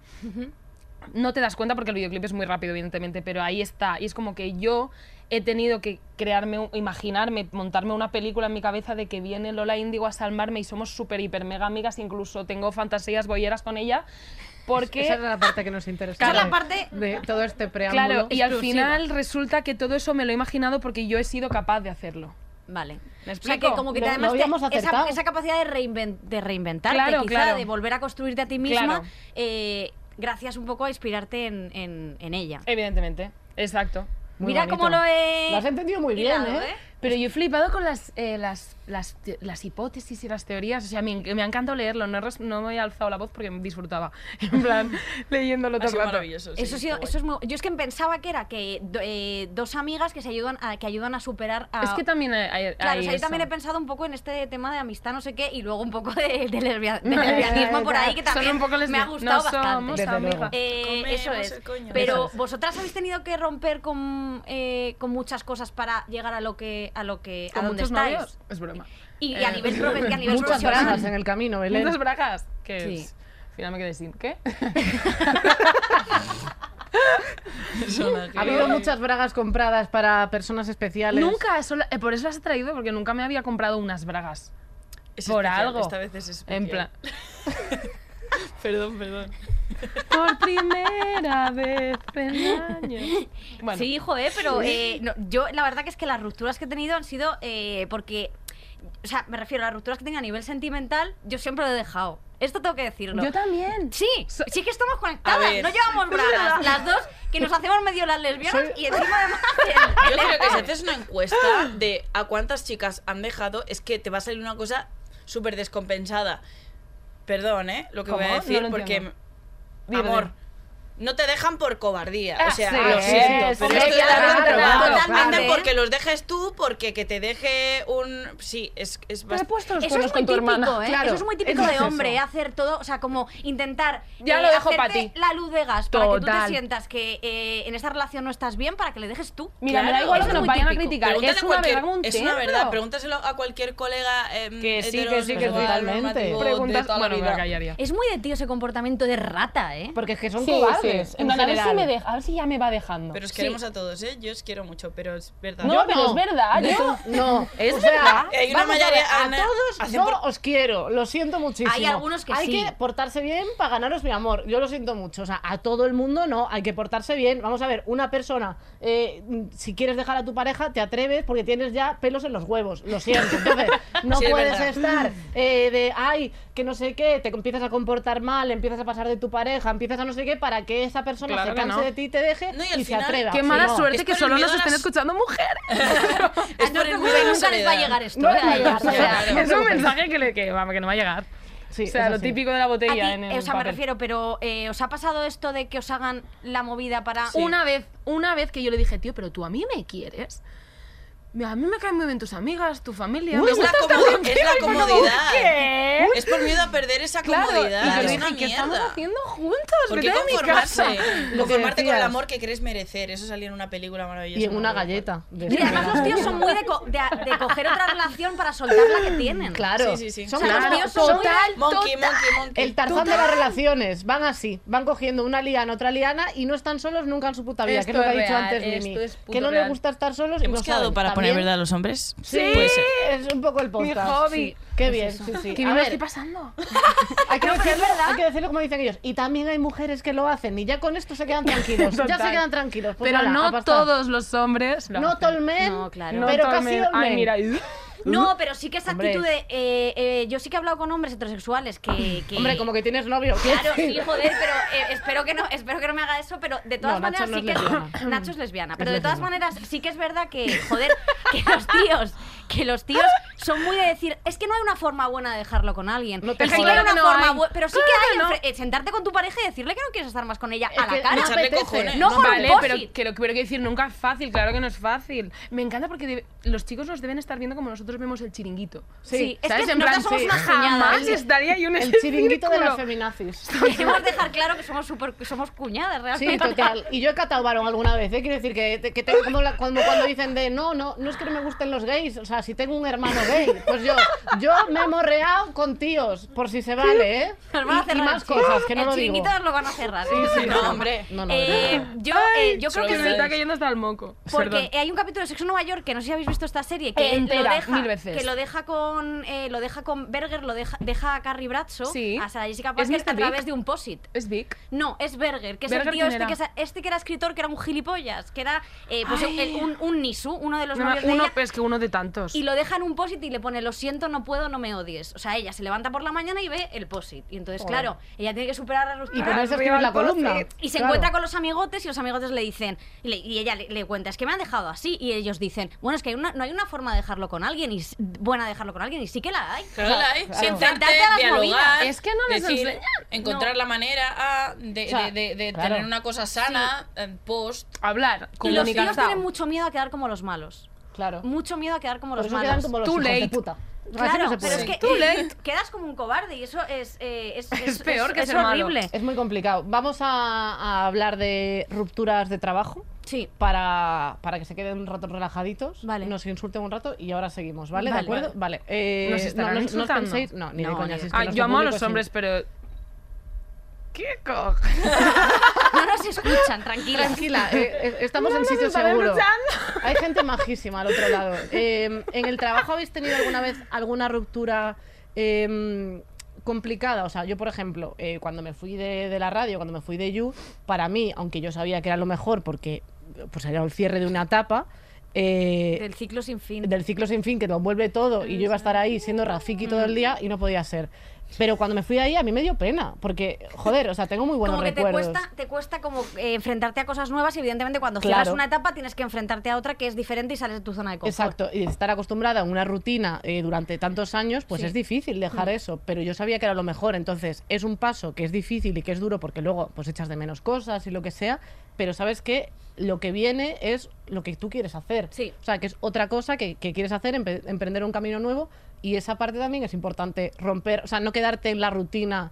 Speaker 4: no te das cuenta porque el videoclip es muy rápido, evidentemente, pero ahí está. Y es como que yo he tenido que crearme, un- imaginarme, montarme una película en mi cabeza de que viene Lola Índigo a salvarme y somos súper, hiper, mega amigas. Incluso tengo fantasías boyeras con ella. Porque.
Speaker 3: Esa es la parte que nos interesa.
Speaker 2: Esa es la
Speaker 3: de-
Speaker 2: parte-
Speaker 3: de todo este preámbulo.
Speaker 4: Claro, y al
Speaker 3: Exclusiva.
Speaker 4: final resulta que todo eso me lo he imaginado porque yo he sido capaz de hacerlo.
Speaker 2: Vale.
Speaker 4: ¿Me
Speaker 2: O sea,
Speaker 4: explico?
Speaker 2: que como que
Speaker 3: Lo-
Speaker 2: te-
Speaker 3: lo
Speaker 2: además te-
Speaker 3: habíamos
Speaker 2: esa,
Speaker 3: acertado.
Speaker 2: esa capacidad de, reinven- de reinventarte,
Speaker 4: Claro,
Speaker 2: quizá,
Speaker 4: claro.
Speaker 2: de volver a construirte a ti misma,
Speaker 4: Claro.
Speaker 2: eh, gracias un poco a inspirarte en, en- en ella.
Speaker 4: Evidentemente, exacto.
Speaker 3: Muy
Speaker 2: Mira
Speaker 3: bonito.
Speaker 2: cómo lo he...
Speaker 3: Lo has entendido muy bien,
Speaker 2: hilado,
Speaker 3: ¿eh?
Speaker 4: Pero yo he flipado con las, eh, las, las, te- las hipótesis y las teorías. O sea, me, en- me ha encantado leerlo. No, he res- no me he alzado la voz porque disfrutaba. En plan, leyéndolo
Speaker 5: Ha
Speaker 4: todo el
Speaker 5: sido
Speaker 4: rato.
Speaker 5: maravilloso.
Speaker 2: Eso,
Speaker 5: sí,
Speaker 2: ha
Speaker 5: está
Speaker 2: sido-
Speaker 5: guay.
Speaker 2: eso es muy- Yo es que pensaba que era que do- eh, dos amigas que se ayudan a, que ayudan a superar a...
Speaker 4: Es que también hay, hay-
Speaker 2: Claro,
Speaker 4: hay
Speaker 2: o sea, yo
Speaker 4: eso.
Speaker 2: también he pensado un poco en este tema de amistad, no sé qué, y luego un poco de, de lesbia- de lesbianismo por ahí, que
Speaker 4: Son
Speaker 2: también
Speaker 4: un poco
Speaker 2: me
Speaker 4: lesbi-
Speaker 2: ha gustado
Speaker 4: no
Speaker 2: bastante.
Speaker 4: somos
Speaker 3: Desde
Speaker 4: amigas.
Speaker 3: luego.
Speaker 2: Eh,
Speaker 5: Comemos
Speaker 2: eso es.
Speaker 5: el coño.
Speaker 2: Pero
Speaker 5: Eso es.
Speaker 2: vosotras habéis tenido que romper con, eh, con muchas cosas para llegar a lo que a lo que a
Speaker 4: ¿Con
Speaker 2: donde
Speaker 4: muchos
Speaker 2: estáis.
Speaker 4: novios? Es broma.
Speaker 2: Y, y a
Speaker 4: Eh,
Speaker 2: nivel, profe- y a nivel
Speaker 3: Muchas
Speaker 2: profesional.
Speaker 3: bragas en el camino, Belén.
Speaker 4: Muchas bragas. Que
Speaker 2: Sí.
Speaker 4: es- al final me quedé sin. ¿Qué?
Speaker 3: Ha habido muchas bragas compradas para personas especiales.
Speaker 4: Nunca, eso la- eh, por eso las he traído, porque nunca me había comprado unas bragas.
Speaker 5: Es
Speaker 4: por
Speaker 5: especial,
Speaker 4: algo.
Speaker 5: Esta vez es especial.
Speaker 4: En plan.
Speaker 5: Perdón, perdón.
Speaker 4: Por primera vez en años. Bueno,
Speaker 2: Sí, joder, pero eh, no, yo la verdad que es que las rupturas que he tenido han sido eh, porque, o sea, me refiero a las rupturas que tengo a nivel sentimental, yo siempre lo he dejado. Esto tengo que decirlo.
Speaker 4: Yo también.
Speaker 2: Sí,
Speaker 4: So-
Speaker 2: sí que estamos conectadas.
Speaker 5: ver.
Speaker 2: No llevamos bragas las dos, que nos hacemos medio las lesbianas y encima además el-
Speaker 5: Yo
Speaker 2: el-
Speaker 5: creo que si haces una encuesta de a cuántas chicas han dejado, es que te va a salir una cosa súper descompensada. Perdón, ¿eh? Lo que voy
Speaker 4: ¿Cómo?
Speaker 5: a
Speaker 4: No
Speaker 5: decir,
Speaker 4: lo
Speaker 5: porque.
Speaker 4: entiendo. Dilo,
Speaker 5: amor.
Speaker 4: dilo.
Speaker 5: No te dejan por cobardía,
Speaker 4: Ah,
Speaker 5: o sea,
Speaker 4: sí,
Speaker 5: lo
Speaker 4: sí,
Speaker 5: siento,
Speaker 4: sí,
Speaker 5: pero
Speaker 4: sí,
Speaker 5: esto
Speaker 4: claro,
Speaker 5: está
Speaker 4: claro, claro,
Speaker 5: totalmente
Speaker 2: claro.
Speaker 5: porque los dejes tú, porque que te deje un... Sí, es, es
Speaker 4: Te he
Speaker 5: bastante...
Speaker 4: puesto los
Speaker 2: Eso
Speaker 4: cuernos
Speaker 2: es muy
Speaker 4: con tu
Speaker 2: típico,
Speaker 4: hermana.
Speaker 2: ¿eh?
Speaker 3: Claro,
Speaker 2: Eso es muy típico
Speaker 3: eso
Speaker 2: de
Speaker 3: es
Speaker 2: hombre,
Speaker 3: eso.
Speaker 2: hacer todo, o sea, como intentar eh,
Speaker 4: Ya lo dejo
Speaker 2: hacerte
Speaker 4: pa' ti.
Speaker 2: la luz de gas para que tú
Speaker 4: Total.
Speaker 2: te sientas que eh, en esta relación no estás bien para que le dejes tú.
Speaker 4: Mira, me da
Speaker 5: Claro,
Speaker 4: igual
Speaker 5: eso
Speaker 4: que
Speaker 5: es
Speaker 4: nos
Speaker 2: muy
Speaker 4: vayan a
Speaker 2: típico.
Speaker 4: criticar.
Speaker 5: Pregúntale
Speaker 4: Es
Speaker 5: a
Speaker 4: una
Speaker 5: cualquier-
Speaker 4: verdad, un
Speaker 5: es una
Speaker 4: templo.
Speaker 5: verdad, pregúntaselo a cualquier colega em,
Speaker 4: Que sí, que sí, que
Speaker 5: heterosexual,
Speaker 3: totalmente.
Speaker 5: normativo, de
Speaker 4: Preguntas-
Speaker 5: toda la
Speaker 4: Bueno, me
Speaker 5: vida.
Speaker 4: callaría.
Speaker 2: Es muy de tío ese comportamiento de rata, ¿eh?
Speaker 3: Porque es que son
Speaker 4: Sí,
Speaker 3: cobardes.
Speaker 4: sí.
Speaker 3: en
Speaker 4: En plan, a ver si
Speaker 3: general.
Speaker 4: me deja, a ver si ya me va dejando.
Speaker 5: Pero os
Speaker 4: Sí.
Speaker 5: queremos a todos, ¿eh? Yo os quiero mucho, pero es verdad.
Speaker 4: No,
Speaker 3: Yo
Speaker 4: pero
Speaker 3: no.
Speaker 4: es verdad. Yo...
Speaker 3: No, es verdad.
Speaker 5: Hay una
Speaker 3: Vamos a
Speaker 5: mayoría-
Speaker 3: ver, a,
Speaker 5: Ana,
Speaker 3: todos
Speaker 5: hace
Speaker 3: yo
Speaker 5: por-
Speaker 3: os quiero, lo siento muchísimo.
Speaker 2: Hay algunos que
Speaker 3: Hay
Speaker 2: sí.
Speaker 3: que portarse bien para ganaros mi amor, yo lo siento mucho. O sea, a todo el mundo no, hay que portarse bien. Vamos a ver, una persona, eh, si quieres dejar a tu pareja, te atreves porque tienes ya pelos en los huevos, lo siento. Entonces, no
Speaker 5: Sí, es
Speaker 3: puedes
Speaker 5: verdad.
Speaker 3: estar eh, de, ay, que no sé qué, te empiezas a comportar mal, empiezas a pasar de tu pareja, empiezas a no sé qué, para que esa persona
Speaker 4: Claro
Speaker 3: se
Speaker 4: que
Speaker 3: canse
Speaker 4: no.
Speaker 3: de ti y te deje
Speaker 5: No, y al
Speaker 3: y, se
Speaker 5: final,
Speaker 3: atreva.
Speaker 4: Qué
Speaker 3: Sí,
Speaker 4: mala
Speaker 3: no.
Speaker 5: Es
Speaker 4: suerte que
Speaker 5: por el
Speaker 4: solo
Speaker 5: miedo
Speaker 4: nos
Speaker 5: a
Speaker 4: estén
Speaker 5: las-
Speaker 4: escuchando mujeres.
Speaker 2: Ah,
Speaker 5: es
Speaker 2: no
Speaker 5: por
Speaker 2: os
Speaker 5: el miedo a
Speaker 2: preocupéis, nunca les va
Speaker 5: la
Speaker 2: a
Speaker 5: soledad.
Speaker 2: llegar esto.
Speaker 3: No,
Speaker 2: ¿eh?
Speaker 3: no,
Speaker 2: A ellos,
Speaker 3: no,
Speaker 2: o sea,
Speaker 5: claro.
Speaker 4: es un mensaje que, le, que, va- que no va a llegar.
Speaker 3: Sí,
Speaker 4: o sea,
Speaker 3: es
Speaker 4: lo
Speaker 3: así.
Speaker 4: típico de la
Speaker 2: a
Speaker 4: botella
Speaker 2: ti-
Speaker 4: en
Speaker 2: eh,
Speaker 4: el
Speaker 2: o sea, me
Speaker 4: papel.
Speaker 2: refiero, pero eh, ¿os ha pasado esto de que os hagan la movida para...?
Speaker 5: Sí.
Speaker 4: Una vez, una vez que yo le dije, tío, pero tú a mí me quieres. Me- A mí me caen muy bien tus amigas, tu familia. me
Speaker 5: es, la
Speaker 4: gusta estar
Speaker 5: comodi-
Speaker 4: contigo".
Speaker 5: es la
Speaker 4: Y fue como,
Speaker 5: comodidad.
Speaker 4: ¿Qué?
Speaker 5: Es por miedo a perder esa comodidad.
Speaker 4: y yo le
Speaker 5: es
Speaker 4: dije,
Speaker 5: una
Speaker 4: "¿Y ¿qué estamos
Speaker 5: mierda.
Speaker 4: haciendo juntos?
Speaker 5: ¿Por
Speaker 4: Vete
Speaker 5: qué
Speaker 4: de mi
Speaker 5: conformarse?
Speaker 4: casa.
Speaker 3: Lo que
Speaker 5: Conformarte con el
Speaker 3: decías.
Speaker 5: amor que crees merecer. Eso salía en una película maravillosa.
Speaker 3: Y en
Speaker 5: no
Speaker 3: una
Speaker 5: me acuerdo
Speaker 3: galleta. de-
Speaker 2: Y además los tíos son muy de, co- de a- de coger otra relación para soltar la que tienen.
Speaker 3: Claro.
Speaker 5: Sí, sí, sí.
Speaker 3: Son
Speaker 5: Claro.
Speaker 3: unos tíos
Speaker 2: Total.
Speaker 3: total.
Speaker 5: cuál. Monkey, monkey, monkey.
Speaker 3: El tarzán de las relaciones. Van así. Van cogiendo una liana, otra liana y no están solos nunca en su puta vida.
Speaker 4: Esto
Speaker 3: que es lo que ha
Speaker 4: es
Speaker 3: dicho
Speaker 4: real,
Speaker 3: antes Mimi.
Speaker 4: esto es puto
Speaker 3: que no les
Speaker 4: real.
Speaker 3: gusta estar solos y
Speaker 5: ¿Hemos
Speaker 3: no
Speaker 5: quedado
Speaker 3: saben.
Speaker 5: para poner
Speaker 3: También
Speaker 5: verdad a los hombres?
Speaker 3: Sí,
Speaker 5: Puede ser.
Speaker 3: es un poco el podcast.
Speaker 4: hobby.
Speaker 3: sí. Qué bien, sí, sí.
Speaker 4: ¿Qué
Speaker 3: A
Speaker 4: bien me
Speaker 3: ver,
Speaker 4: estoy pasando?
Speaker 3: hay, que decirlo, hay que decirlo como dicen ellos. Y también hay mujeres que lo hacen y ya con esto se quedan tranquilos. ya se
Speaker 4: Total.
Speaker 3: quedan tranquilos. Pues
Speaker 4: Pero
Speaker 3: ala, a
Speaker 4: no
Speaker 3: pastar.
Speaker 4: todos los hombres. lo
Speaker 3: No
Speaker 4: hacen.
Speaker 3: tolmen,
Speaker 2: No, claro.
Speaker 4: No
Speaker 3: pero
Speaker 4: tolmen.
Speaker 3: casi
Speaker 4: Ay,
Speaker 3: dolmen.
Speaker 4: mira.
Speaker 2: No, pero sí que esa
Speaker 3: Hombre.
Speaker 2: actitud de... eh, eh, yo sí que he hablado con hombres heterosexuales que... que-
Speaker 3: Hombre, como que tienes novio. ¿qué?
Speaker 2: Claro, sí, joder, pero eh, espero, que no, espero que no me haga eso, pero de todas
Speaker 3: No, Nacho
Speaker 2: maneras
Speaker 3: no
Speaker 2: sí
Speaker 3: es
Speaker 2: que...
Speaker 3: lesbiana.
Speaker 2: Nacho es lesbiana, pero de todas maneras sí que es verdad que, joder, que los tíos... Que los tíos son muy de decir, es que no hay una forma buena de dejarlo con alguien.
Speaker 3: No te
Speaker 2: es que no
Speaker 3: jodas.
Speaker 2: hay una
Speaker 4: Claro que no
Speaker 2: forma
Speaker 4: hay.
Speaker 2: bu- Pero sí
Speaker 4: Claro
Speaker 2: que
Speaker 4: que
Speaker 2: hay
Speaker 4: no.
Speaker 2: enfre- eh, sentarte con tu pareja y decirle que no quieres estar más con ella
Speaker 3: Es
Speaker 2: a
Speaker 3: que
Speaker 2: la cara.
Speaker 3: no
Speaker 5: Echarle
Speaker 3: apetece.
Speaker 5: cojones.
Speaker 2: No, por un
Speaker 4: vale, pero
Speaker 2: post-it.
Speaker 4: que lo que quiero decir nunca es fácil, claro que no es fácil. Me encanta porque debe- los chicos nos deben estar viendo como nosotros vemos el chiringuito.
Speaker 3: Sí,
Speaker 2: Sí, es
Speaker 4: ¿Sabes?
Speaker 2: que
Speaker 4: En
Speaker 2: nosotras
Speaker 4: plan,
Speaker 2: somos
Speaker 4: sí.
Speaker 2: unas
Speaker 4: Jamás
Speaker 2: cuñadas.
Speaker 4: estaría ahí un
Speaker 3: El
Speaker 4: ese
Speaker 3: chiringuito de las
Speaker 4: círculo.
Speaker 3: feminazis.
Speaker 2: Queremos dejar claro que somos super, que somos cuñadas
Speaker 3: Sí,
Speaker 2: realmente.
Speaker 3: total. Y yo he catado varón alguna vez, ¿eh? Quiero decir que, que tengo como, la- como cuando dicen de no, no, no es que no me gusten los gays. O sea, si tengo un hermano gay, pues yo, yo me he morreado con tíos, por si se vale, ¿eh?
Speaker 2: Nos van a
Speaker 3: Y- Y,
Speaker 2: cerrar
Speaker 3: más
Speaker 2: el
Speaker 3: cosas,
Speaker 2: chi-
Speaker 3: que no
Speaker 2: el
Speaker 3: lo digo.
Speaker 2: chiringuito nos lo van a cerrar. ¿eh?
Speaker 5: No, hombre.
Speaker 3: No, no, de
Speaker 2: Eh,
Speaker 3: verdad.
Speaker 2: yo, eh, yo creo
Speaker 5: solo
Speaker 4: Que
Speaker 2: que
Speaker 4: se
Speaker 5: me
Speaker 4: me
Speaker 2: sí,
Speaker 4: está cayendo hasta el moco.
Speaker 2: porque
Speaker 4: Perdón.
Speaker 2: hay un capítulo de Sexo en Nueva York que no sé si habéis visto esta serie que
Speaker 4: Eh, entera,
Speaker 2: lo deja
Speaker 4: mil veces.
Speaker 2: que lo deja con eh, lo deja con Berger lo deja deja a Carrie Bradshaw
Speaker 4: Sí.
Speaker 2: a Sarah Jessica
Speaker 4: ¿Es
Speaker 2: Parker
Speaker 4: Mr.
Speaker 2: a través
Speaker 4: Big?
Speaker 2: de un posit.
Speaker 4: Es Vic.
Speaker 2: No, es Berger, que es
Speaker 4: ¿Berger
Speaker 2: el tío
Speaker 4: quién
Speaker 2: este que,
Speaker 4: era?
Speaker 2: sa- este que era escritor, que era un gilipollas, que era eh, pues,
Speaker 4: Ay.
Speaker 2: el- un, un Nisu, uno de los novios de
Speaker 4: Uno,
Speaker 2: ella,
Speaker 4: es que uno de tantos.
Speaker 2: y lo deja en un posit y le pone, lo siento, no puedo, no me odies. O sea, ella se levanta por la mañana y ve el posit. Y entonces,
Speaker 3: Joder.
Speaker 2: claro, ella tiene que superar la ruptura.
Speaker 3: Y ponerse a escribir la columna.
Speaker 2: Y se
Speaker 3: Claro.
Speaker 2: encuentra con los amigotes y los amigotes le dicen, y, le- y ella le, le cuenta, es que me han dejado así. Y ellos dicen, bueno, es que hay una- no hay una forma de dejarlo con alguien, y s- buena de dejarlo con alguien, y sí que la hay.
Speaker 5: Claro, la hay. Sentarte,
Speaker 2: Enfrentarte a las
Speaker 5: dialogar.
Speaker 2: movidas.
Speaker 4: Es que no les
Speaker 5: decir,
Speaker 4: enseñan.
Speaker 5: Encontrar la manera ah, de,
Speaker 3: sea,
Speaker 5: de- de- de
Speaker 3: claro.
Speaker 5: tener una cosa sana, eh, post.
Speaker 4: Hablar,
Speaker 2: Y los tíos
Speaker 4: comunicar.
Speaker 2: tienen mucho miedo a quedar como los malos.
Speaker 3: Claro.
Speaker 2: Mucho miedo a quedar como
Speaker 3: Por
Speaker 2: los
Speaker 3: eso quedan
Speaker 2: malos.
Speaker 3: como los
Speaker 4: Too
Speaker 3: hijos de
Speaker 4: late.
Speaker 3: puta. Así
Speaker 2: Claro,
Speaker 3: no se
Speaker 2: pero
Speaker 3: puede.
Speaker 2: es que
Speaker 4: Too late.
Speaker 2: quedas como un cobarde y eso es eh, es, es-
Speaker 4: peor que
Speaker 2: es
Speaker 4: ser malo.
Speaker 2: horrible.
Speaker 3: Es muy complicado. Vamos a, a hablar de rupturas de trabajo.
Speaker 2: Sí.
Speaker 3: Para, para que se queden un rato relajaditos,
Speaker 2: Vale.
Speaker 3: nos insulten un rato y ahora seguimos, ¿vale?
Speaker 2: Vale.
Speaker 3: ¿De acuerdo? Vale. Eh,
Speaker 4: ¿Nos
Speaker 3: no,
Speaker 4: estarán
Speaker 3: no, no os
Speaker 4: insultando?
Speaker 3: penséis- no, ni de
Speaker 2: No,
Speaker 3: coña.
Speaker 2: ni
Speaker 3: si es que
Speaker 4: Ay,
Speaker 3: nuestro
Speaker 4: yo amo a
Speaker 3: público
Speaker 4: los
Speaker 3: es
Speaker 4: hombres,
Speaker 3: un-
Speaker 4: pero. ¿Qué cojones?
Speaker 2: No nos escuchan, tranquilas.
Speaker 3: Tranquila, eh, eh, estamos
Speaker 4: No
Speaker 3: en
Speaker 4: nos
Speaker 3: sitio
Speaker 4: están
Speaker 3: seguro.
Speaker 4: escuchando.
Speaker 3: Hay gente majísima al otro lado. Eh, ¿En el trabajo habéis tenido alguna vez alguna ruptura eh, complicada? O sea, yo, por ejemplo, eh, cuando me fui de, de la radio, cuando me fui de You, para mí, aunque yo sabía que era lo mejor porque pues era el cierre de una etapa, eh,
Speaker 2: Del ciclo sin fin. Mm.
Speaker 3: del ciclo sin fin que lo envuelve todo y yo iba a estar ahí siendo Rafiki todo el día y no podía ser. Pero cuando me fui de ahí a mí me dio pena, porque, joder, o sea, tengo muy buenos
Speaker 2: como que te
Speaker 3: recuerdos.
Speaker 2: cuesta, te cuesta como eh, enfrentarte a cosas nuevas y evidentemente cuando
Speaker 3: Claro.
Speaker 2: cierras una etapa tienes que enfrentarte a otra que es diferente y sales de tu zona de confort.
Speaker 3: Exacto, y estar acostumbrada a una rutina eh, durante tantos años, pues
Speaker 2: Sí. Mm.
Speaker 3: es difícil dejar eso, pero yo sabía que era lo mejor, entonces es un paso que es difícil y que es duro porque luego pues echas de menos cosas y lo que sea, pero sabes que lo que viene es lo que tú quieres hacer,
Speaker 2: Sí.
Speaker 3: o sea, que es otra cosa que, que quieres hacer, empe- emprender un camino nuevo y esa parte también es importante, romper, o sea, no quedarte en la rutina.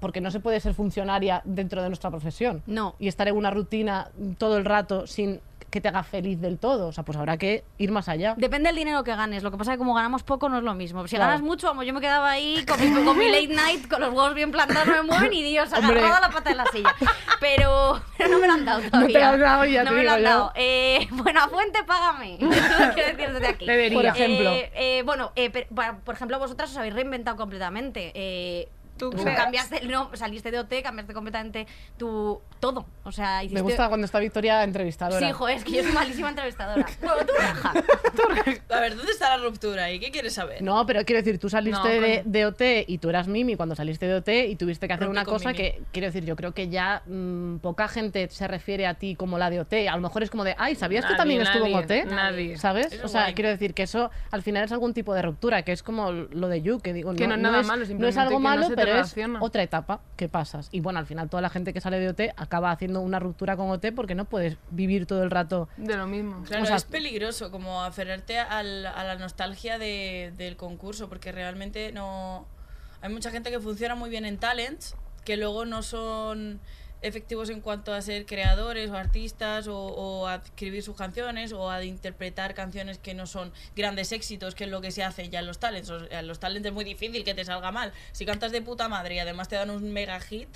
Speaker 3: Porque no se puede ser funcionaria dentro de nuestra profesión
Speaker 2: No.
Speaker 3: y estar en una rutina todo el rato sin que te haga feliz del todo. O sea, pues habrá que ir más allá.
Speaker 2: Depende del dinero que ganes. Lo que pasa es que como ganamos poco no es lo mismo. Si
Speaker 3: Claro.
Speaker 2: ganas mucho, vamos, yo me quedaba ahí con mi, con mi late night, con los huevos bien plantados, no me mueven y Dios,
Speaker 3: Hombre.
Speaker 2: agarrada a la pata de la silla. Pero, pero no me lo han dado todavía.
Speaker 3: te lo han dado ya,
Speaker 2: No
Speaker 3: te
Speaker 2: me lo
Speaker 3: digo
Speaker 2: han
Speaker 3: yo.
Speaker 2: dado. Eh, bueno, a fuente, págame. Quiero decir desde aquí.
Speaker 4: Debería.
Speaker 3: Por ejemplo.
Speaker 2: Eh, eh, bueno, eh, per- pa- por ejemplo, vosotras os habéis reinventado completamente. Eh,
Speaker 5: ¿Tú
Speaker 2: tú
Speaker 5: crees?
Speaker 2: cambiaste, no, saliste de OT, cambiaste completamente tu todo. O sea, hiciste...
Speaker 3: Me gusta cuando está Victoria entrevistadora.
Speaker 2: Sí, hijo, es que yo soy malísima entrevistadora. Bueno, tú raja.
Speaker 5: A ver, ¿dónde está la ruptura ahí? ¿Qué quieres saber?
Speaker 3: No, pero quiero decir, tú
Speaker 4: No,
Speaker 3: saliste
Speaker 4: coño.
Speaker 3: de, de OT y tú eras Mimi cuando saliste de OT y tuviste que hacer
Speaker 5: Rompí
Speaker 3: una
Speaker 5: con
Speaker 3: cosa
Speaker 5: Mimi.
Speaker 3: que, quiero decir, yo creo que ya mm, poca gente se refiere a ti como la de OT. A lo mejor es como de, ay, ¿sabías que
Speaker 4: Nadie,
Speaker 3: también estuvo en
Speaker 4: nadie,
Speaker 3: OT?
Speaker 4: nadie.
Speaker 3: ¿Sabes?
Speaker 5: Eso
Speaker 3: o sea,
Speaker 5: guay.
Speaker 3: quiero decir que eso al final es algún tipo de ruptura, que es como lo de You, que digo,
Speaker 4: Que no es nada malo,
Speaker 3: no es
Speaker 4: simplemente
Speaker 3: algo
Speaker 4: que no
Speaker 3: malo,
Speaker 4: se te
Speaker 3: pero es
Speaker 4: relaciona.
Speaker 3: otra etapa que pasas. Y bueno, al final toda la gente que sale de OT acaba haciendo una ruptura con OT porque no puedes vivir todo el rato.
Speaker 4: De lo mismo.
Speaker 5: Claro,
Speaker 3: O sea-
Speaker 5: es peligroso como aferrarte al- a la nostalgia de- del concurso, porque realmente no. Hay mucha gente que funciona muy bien en talents, que luego no son efectivos en cuanto a ser creadores o artistas o, o a escribir sus canciones o a interpretar canciones que no son grandes éxitos, que es lo que se hace ya en los talents. O sea, en los talents es muy difícil que te salga mal. Si cantas de puta madre y además te dan un mega hit,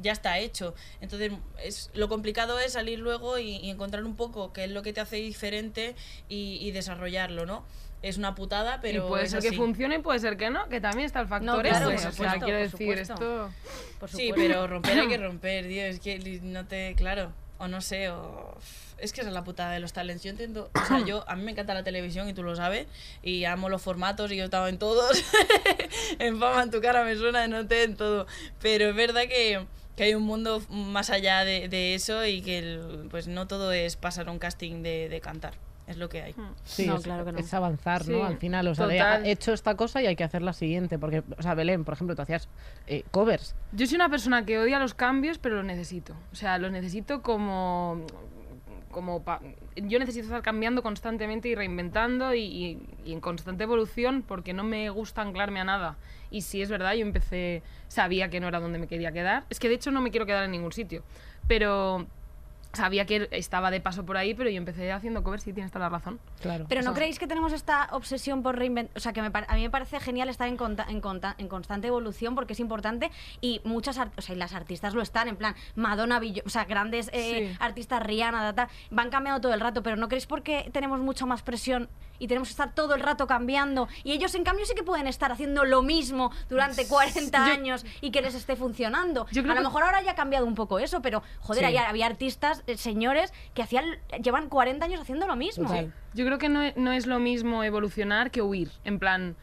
Speaker 5: ya está hecho. Entonces, es, lo complicado es salir luego y, y encontrar un poco qué es lo que te hace diferente y, y desarrollarlo, ¿no? Es una putada, pero.
Speaker 4: y puede
Speaker 5: es
Speaker 4: ser que
Speaker 5: así.
Speaker 4: funcione y puede ser que no, que también está el factor
Speaker 2: No, claro,
Speaker 4: ese.
Speaker 5: por
Speaker 4: o sea,
Speaker 5: supuesto,
Speaker 4: quiero
Speaker 2: por
Speaker 4: decir,
Speaker 2: supuesto.
Speaker 4: esto...
Speaker 2: Por
Speaker 5: Sí,
Speaker 2: supuesto.
Speaker 5: pero romper hay que romper, tío. Es que li- no te. Claro. O no sé, o. Es que esa es la putada de los talents. Yo entiendo. O sea, yo. A mí me encanta la televisión y tú lo sabes. Y amo los formatos y yo he estado en todos. en fama, en tu cara me suena, en OT, en todo. Pero es verdad que. que hay un mundo más allá de, de eso y que el- pues no todo es pasar un casting de, de cantar. Es lo que hay.
Speaker 4: Hmm.
Speaker 3: Sí,
Speaker 2: No,
Speaker 3: es,
Speaker 2: claro que no.
Speaker 3: es avanzar,
Speaker 4: Sí,
Speaker 3: ¿no? Al final, o sea, de,
Speaker 4: total.
Speaker 3: "Ah, he hecho esta cosa y hay que hacer la siguiente. Porque, o sea, Belén, por ejemplo, tú hacías eh, covers.
Speaker 4: Yo soy una persona que odia los cambios, pero los necesito. O sea, los necesito como... como pa- yo necesito estar cambiando constantemente y reinventando y, y- y en constante evolución porque no me gusta anclarme a nada. Y si es verdad, yo empecé, sabía que no era donde me quería quedar. Es que de hecho no me quiero quedar en ningún sitio. Pero sabía que estaba de paso por ahí, pero yo empecé haciendo covers y tienes toda la razón.
Speaker 3: Claro.
Speaker 2: Pero no
Speaker 4: sea-
Speaker 2: creéis que tenemos esta obsesión por reinventar. O sea, que me par- a mí me parece genial estar en, conta- en, conta- en constante evolución porque es importante y muchas art- o sea, y las artistas lo están, en plan, Madonna, Billo- o sea, grandes eh,
Speaker 4: Sí.
Speaker 2: artistas, Rihanna, Data, van cambiando todo el rato, pero ¿no creéis porque tenemos mucha más presión y tenemos que estar todo el rato cambiando? Y ellos, en cambio, sí que pueden estar haciendo lo mismo durante 40
Speaker 4: Yo-
Speaker 2: años y que les esté funcionando.
Speaker 4: Yo creo
Speaker 2: a lo
Speaker 4: que-
Speaker 2: mejor ahora ya ha cambiado un poco eso, pero joder,
Speaker 4: Sí.
Speaker 2: ahí había artistas, eh, señores, que hacían llevan 40 años haciendo lo mismo.
Speaker 3: Total.
Speaker 4: Yo creo que no, e- no es lo mismo evolucionar que huir. En plan,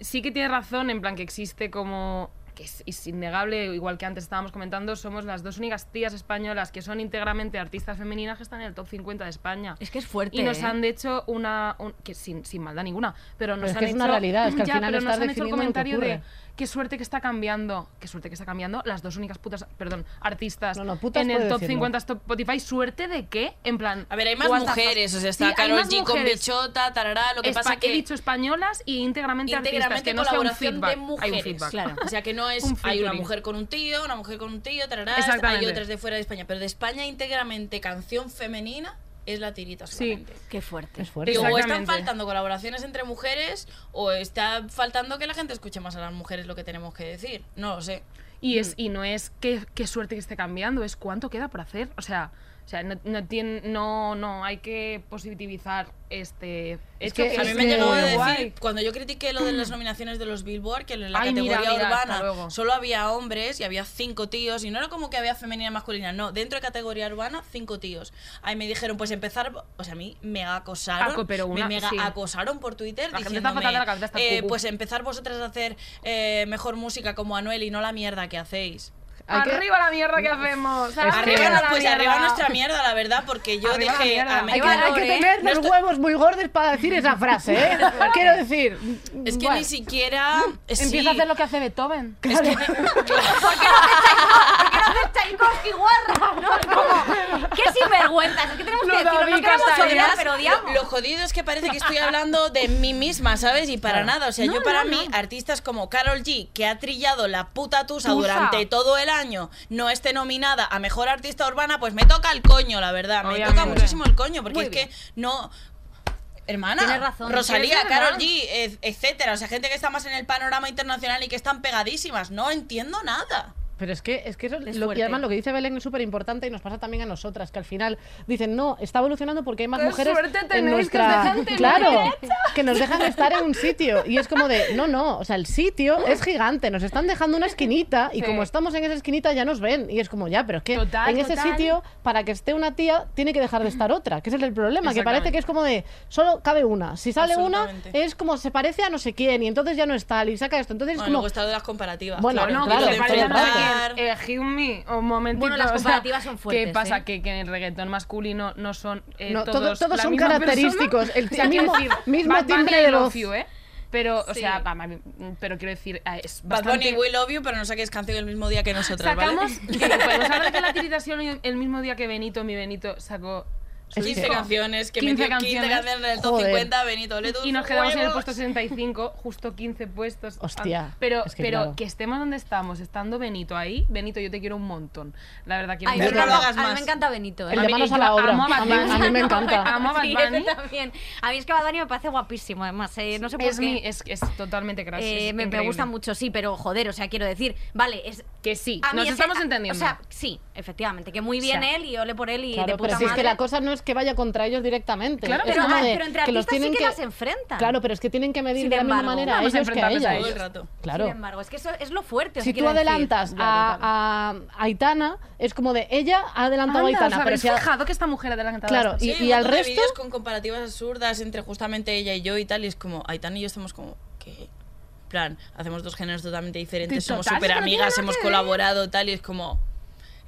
Speaker 4: sí que tiene razón, en plan que existe como que es, es innegable, igual que antes estábamos comentando, somos las dos únicas tías españolas que son íntegramente artistas femeninas que están en el top 50 de España.
Speaker 2: Es que es fuerte.
Speaker 4: Y nos
Speaker 2: ¿eh?
Speaker 4: han hecho una. un- que sin, sin maldad ninguna, pero nos
Speaker 3: es
Speaker 4: han
Speaker 3: que es una
Speaker 4: hecho-
Speaker 3: realidad, es que al
Speaker 4: Ya,
Speaker 3: final
Speaker 4: pero
Speaker 3: estás
Speaker 4: nos han hecho el
Speaker 3: definiendo lo que
Speaker 4: comentario de.
Speaker 3: ocurre.
Speaker 4: Qué suerte que está cambiando, qué suerte que está cambiando las dos únicas putas, perdón, artistas
Speaker 3: No, no, putas
Speaker 4: en el
Speaker 3: puede
Speaker 4: top
Speaker 3: decirlo.
Speaker 4: 50 Spotify. ¿Suerte de qué? En plan.
Speaker 5: A ver, hay más
Speaker 4: what the fuck.
Speaker 5: mujeres, o sea,
Speaker 4: Sí,
Speaker 5: está
Speaker 4: hay
Speaker 5: Carol
Speaker 4: más
Speaker 5: G con
Speaker 4: mujeres.
Speaker 5: Bichota, tarará, lo que
Speaker 4: Espa-
Speaker 5: pasa que
Speaker 4: he dicho españolas y íntegramente, artistas, que no sea un
Speaker 5: colaboración
Speaker 4: feedback.
Speaker 5: de mujeres,
Speaker 4: Hay un feedback.
Speaker 2: claro.
Speaker 5: O sea que no es
Speaker 4: Un
Speaker 5: hay una
Speaker 4: featuring.
Speaker 5: mujer con un tío, una mujer con un tío, tarará, hay
Speaker 4: Exactamente.
Speaker 5: otras de fuera de España, pero de España íntegramente canción femenina es la tirita
Speaker 4: Sí.
Speaker 5: solamente.
Speaker 2: Qué fuerte.
Speaker 3: Es fuerte.
Speaker 5: Digo, eh, o están
Speaker 4: Exactamente.
Speaker 5: faltando colaboraciones entre mujeres o está faltando que la gente escuche más a las mujeres lo que tenemos que decir. No lo sé.
Speaker 4: Y, es, y no es qué, qué suerte que esté cambiando, es cuánto queda por hacer. O sea, O sea, no, no, tiene- no, no hay que positivizar este hecho.
Speaker 3: que
Speaker 4: que
Speaker 5: a
Speaker 3: es
Speaker 5: mí
Speaker 4: es
Speaker 5: me han llegado a
Speaker 4: muy
Speaker 5: decir,
Speaker 4: guay.
Speaker 5: cuando yo critiqué lo de las nominaciones de los Billboard, que en la
Speaker 4: Ay, mira,
Speaker 5: categoría
Speaker 4: mira, hasta luego.
Speaker 5: urbana solo había hombres y había cinco tíos, y no era como que había femenina y masculina, no, dentro de categoría urbana, cinco tíos. Ahí me dijeron, pues empezar, o sea, a mí me acosaron,
Speaker 4: Aco, pero una-
Speaker 5: me mega
Speaker 4: sí.
Speaker 5: acosaron por Twitter
Speaker 4: La gente está
Speaker 5: diciéndome,
Speaker 4: fatal de la cabeza, está
Speaker 5: eh,
Speaker 4: cucú.
Speaker 5: pues empezar vosotras a hacer eh, mejor música como Anuel y no la mierda que hacéis.
Speaker 3: Hay que-
Speaker 4: Arriba la mierda que hacemos.
Speaker 3: Es que-
Speaker 5: Arriba,
Speaker 4: la
Speaker 5: pues arriba
Speaker 4: mierda.
Speaker 5: nuestra mierda, la verdad, porque yo
Speaker 4: Arriba la
Speaker 5: dije,
Speaker 4: mierda.
Speaker 5: a me
Speaker 3: Hay que,
Speaker 5: valores,
Speaker 3: hay que tener
Speaker 5: no
Speaker 3: los
Speaker 5: estoy-
Speaker 3: huevos muy gordos para decir esa frase, ¿eh? Quiero decir.
Speaker 5: es que
Speaker 3: bueno,
Speaker 5: ni siquiera... sí.
Speaker 4: Empieza a hacer lo que hace Beethoven.
Speaker 2: Tchaikovsky guarra, ¿no? Es como, qué sinvergüenzas, es que tenemos que
Speaker 4: Lo
Speaker 2: decirlo, no
Speaker 4: David
Speaker 2: queremos odiar,
Speaker 5: Además,
Speaker 2: pero odiamos.
Speaker 5: Lo, lo jodido es que parece que estoy hablando de mí misma, ¿sabes? Y para nada. O sea, yo para mí, artistas como Carol G, que ha trillado la puta tusa,
Speaker 4: Tusa.
Speaker 5: durante todo el año, no esté nominada a mejor artista urbana, pues me toca el coño, la verdad. Me
Speaker 4: Obviamente.
Speaker 5: toca muchísimo el coño, porque
Speaker 4: Muy
Speaker 5: es
Speaker 4: bien.
Speaker 5: que no. Hermana,
Speaker 2: Tienes razón.
Speaker 5: Rosalía,
Speaker 4: Sí, es verdad.
Speaker 5: Carol G, et- etcétera. O sea, gente que está más en el panorama internacional y que están pegadísimas. No entiendo nada.
Speaker 3: Pero es que, es que eso,
Speaker 2: Es
Speaker 3: lo, y
Speaker 2: fuerte.
Speaker 3: además lo que dice Belén es súper importante y nos pasa también a nosotras, que al final dicen, no, está evolucionando porque hay más
Speaker 4: Qué
Speaker 3: mujeres
Speaker 4: suerte
Speaker 3: en
Speaker 4: tenéis que os
Speaker 3: nuestra...
Speaker 4: dejan tener
Speaker 3: claro, que nos dejan estar en un sitio. Y es como de, no, no, o sea, el sitio es gigante, nos están dejando una esquinita y
Speaker 4: Sí.
Speaker 3: como estamos en esa esquinita ya nos ven. Y es como, ya, pero es que
Speaker 4: Total,
Speaker 3: en ese
Speaker 4: total.
Speaker 3: sitio, para que esté una tía, tiene que dejar de estar otra, que ese es el problema, que parece que es como de, solo cabe una. Si sale una,
Speaker 5: Absolutamente.
Speaker 3: es como se parece a no sé quién y entonces ya no está y saca esto. Entonces
Speaker 5: Bueno,
Speaker 3: es
Speaker 5: pues
Speaker 3: como...
Speaker 5: luego está lo de las comparativas.
Speaker 3: Bueno,
Speaker 5: claro,
Speaker 4: No,
Speaker 3: claro,
Speaker 5: lo
Speaker 4: que
Speaker 5: de
Speaker 4: te
Speaker 3: claro,
Speaker 4: parece
Speaker 3: claro.
Speaker 5: empezar-
Speaker 4: Eh, Hugh Me, un momentito.
Speaker 2: Bueno, las
Speaker 4: o sea,
Speaker 2: comparativas son fuertes,
Speaker 4: ¿Qué pasa?
Speaker 2: ¿eh?
Speaker 4: Que, que en el reggaetón masculino no son eh,
Speaker 3: No, todo-
Speaker 4: todos,
Speaker 3: todos
Speaker 4: la
Speaker 3: son
Speaker 4: misma
Speaker 3: característicos,
Speaker 4: persona.
Speaker 3: el
Speaker 4: O sea, quiero
Speaker 3: mismo-
Speaker 4: decir,
Speaker 3: mismo
Speaker 4: Bad Bunny
Speaker 3: timbre de
Speaker 4: I love
Speaker 3: voz.
Speaker 4: you, ¿eh? Pero, o
Speaker 5: Sí.
Speaker 4: sea, va, ma- pero quiero decir, eh, es
Speaker 5: Bad
Speaker 4: bastante...
Speaker 5: Bunny, we love you, pero no saques canción el mismo día que nosotras, ¿vale?
Speaker 4: Sacamos... que Podemos hablar de la tiritación el- el mismo día que Benito, mi Benito, sacó... su
Speaker 5: 15
Speaker 4: disco.
Speaker 5: canciones, que
Speaker 4: 15
Speaker 5: 15 metió 15
Speaker 4: canciones.
Speaker 5: canciones, en el top
Speaker 3: Joder.
Speaker 5: 50, Benito Leto.
Speaker 4: Y nos quedamos en el
Speaker 5: huevos.
Speaker 4: puesto 65, justo 15 puestos. Ah,
Speaker 3: Hostia,
Speaker 4: Pero,
Speaker 3: es que
Speaker 4: pero
Speaker 3: claro.
Speaker 4: que estemos donde estamos, estando Benito ahí, Benito, yo te quiero un montón. La verdad, quiero
Speaker 2: Ay,
Speaker 4: un
Speaker 2: me
Speaker 5: pero no lo
Speaker 4: montón.
Speaker 2: encanta-
Speaker 5: hagas
Speaker 2: a mí me
Speaker 5: más.
Speaker 2: encanta Benito, ¿eh?
Speaker 3: El de manos
Speaker 4: yo
Speaker 3: a la obra.
Speaker 4: amo a Bad
Speaker 3: A mí- a
Speaker 4: Bunny.
Speaker 3: mí me encanta.
Speaker 4: Amo a Bad
Speaker 2: Sí,
Speaker 4: Bunny.
Speaker 2: yo también. A mí es que Bad Bunny me parece guapísimo, además. eh, no sé por
Speaker 4: Es,
Speaker 2: qué.
Speaker 4: mi, es, es totalmente gracioso.
Speaker 2: Eh,
Speaker 4: es
Speaker 2: me, me
Speaker 4: increíble.
Speaker 2: gusta mucho, sí, pero joder, o sea, quiero decir, vale, es.
Speaker 4: Que sí,
Speaker 2: a mí
Speaker 4: nos
Speaker 2: ese-
Speaker 4: estamos
Speaker 2: a-
Speaker 4: entendiendo.
Speaker 2: O sea, sí, efectivamente, que muy bien
Speaker 4: O sea,
Speaker 2: él y ole por él y de
Speaker 3: Claro, pero
Speaker 2: puta
Speaker 3: si es que
Speaker 2: madre.
Speaker 3: la cosa no es que vaya contra ellos directamente.
Speaker 4: Claro,
Speaker 3: es
Speaker 2: pero,
Speaker 3: como
Speaker 2: ah,
Speaker 3: de
Speaker 2: pero entre
Speaker 3: que los
Speaker 2: artistas
Speaker 3: tienen
Speaker 2: sí que,
Speaker 3: que,
Speaker 2: las enfrentan.
Speaker 3: Claro, pero es que tienen que medir
Speaker 2: Sin
Speaker 3: de la misma
Speaker 2: embargo,
Speaker 3: manera a
Speaker 4: vamos a
Speaker 3: ellos que a
Speaker 4: enfrentarles a
Speaker 5: Todo el
Speaker 3: ellas.
Speaker 4: ellos.
Speaker 5: rato.
Speaker 3: Claro.
Speaker 2: Sin embargo, es que eso es lo fuerte. os
Speaker 3: Si tú
Speaker 2: quiero decir.
Speaker 3: adelantas a, a Aitana, es como de ella ha adelantado
Speaker 4: Anda,
Speaker 3: a
Speaker 4: ¿os
Speaker 3: Aitana, pero
Speaker 4: habéis
Speaker 3: si ha-
Speaker 4: fijado que esta mujer ha adelantado
Speaker 3: Claro,
Speaker 4: bastante?
Speaker 3: y,
Speaker 5: Sí,
Speaker 3: y
Speaker 5: un
Speaker 3: al
Speaker 5: montón de
Speaker 3: resto,
Speaker 5: vídeos con comparativas absurdas entre justamente ella y yo y tal, y es como, Aitana y yo estamos como, ¿qué? En plan, hacemos dos géneros totalmente diferentes,
Speaker 4: Sí,
Speaker 5: somos
Speaker 4: total,
Speaker 5: súper
Speaker 4: pero no tiene
Speaker 5: amigas,
Speaker 4: nada
Speaker 5: hemos
Speaker 4: que
Speaker 5: colaborado, tal, y es como...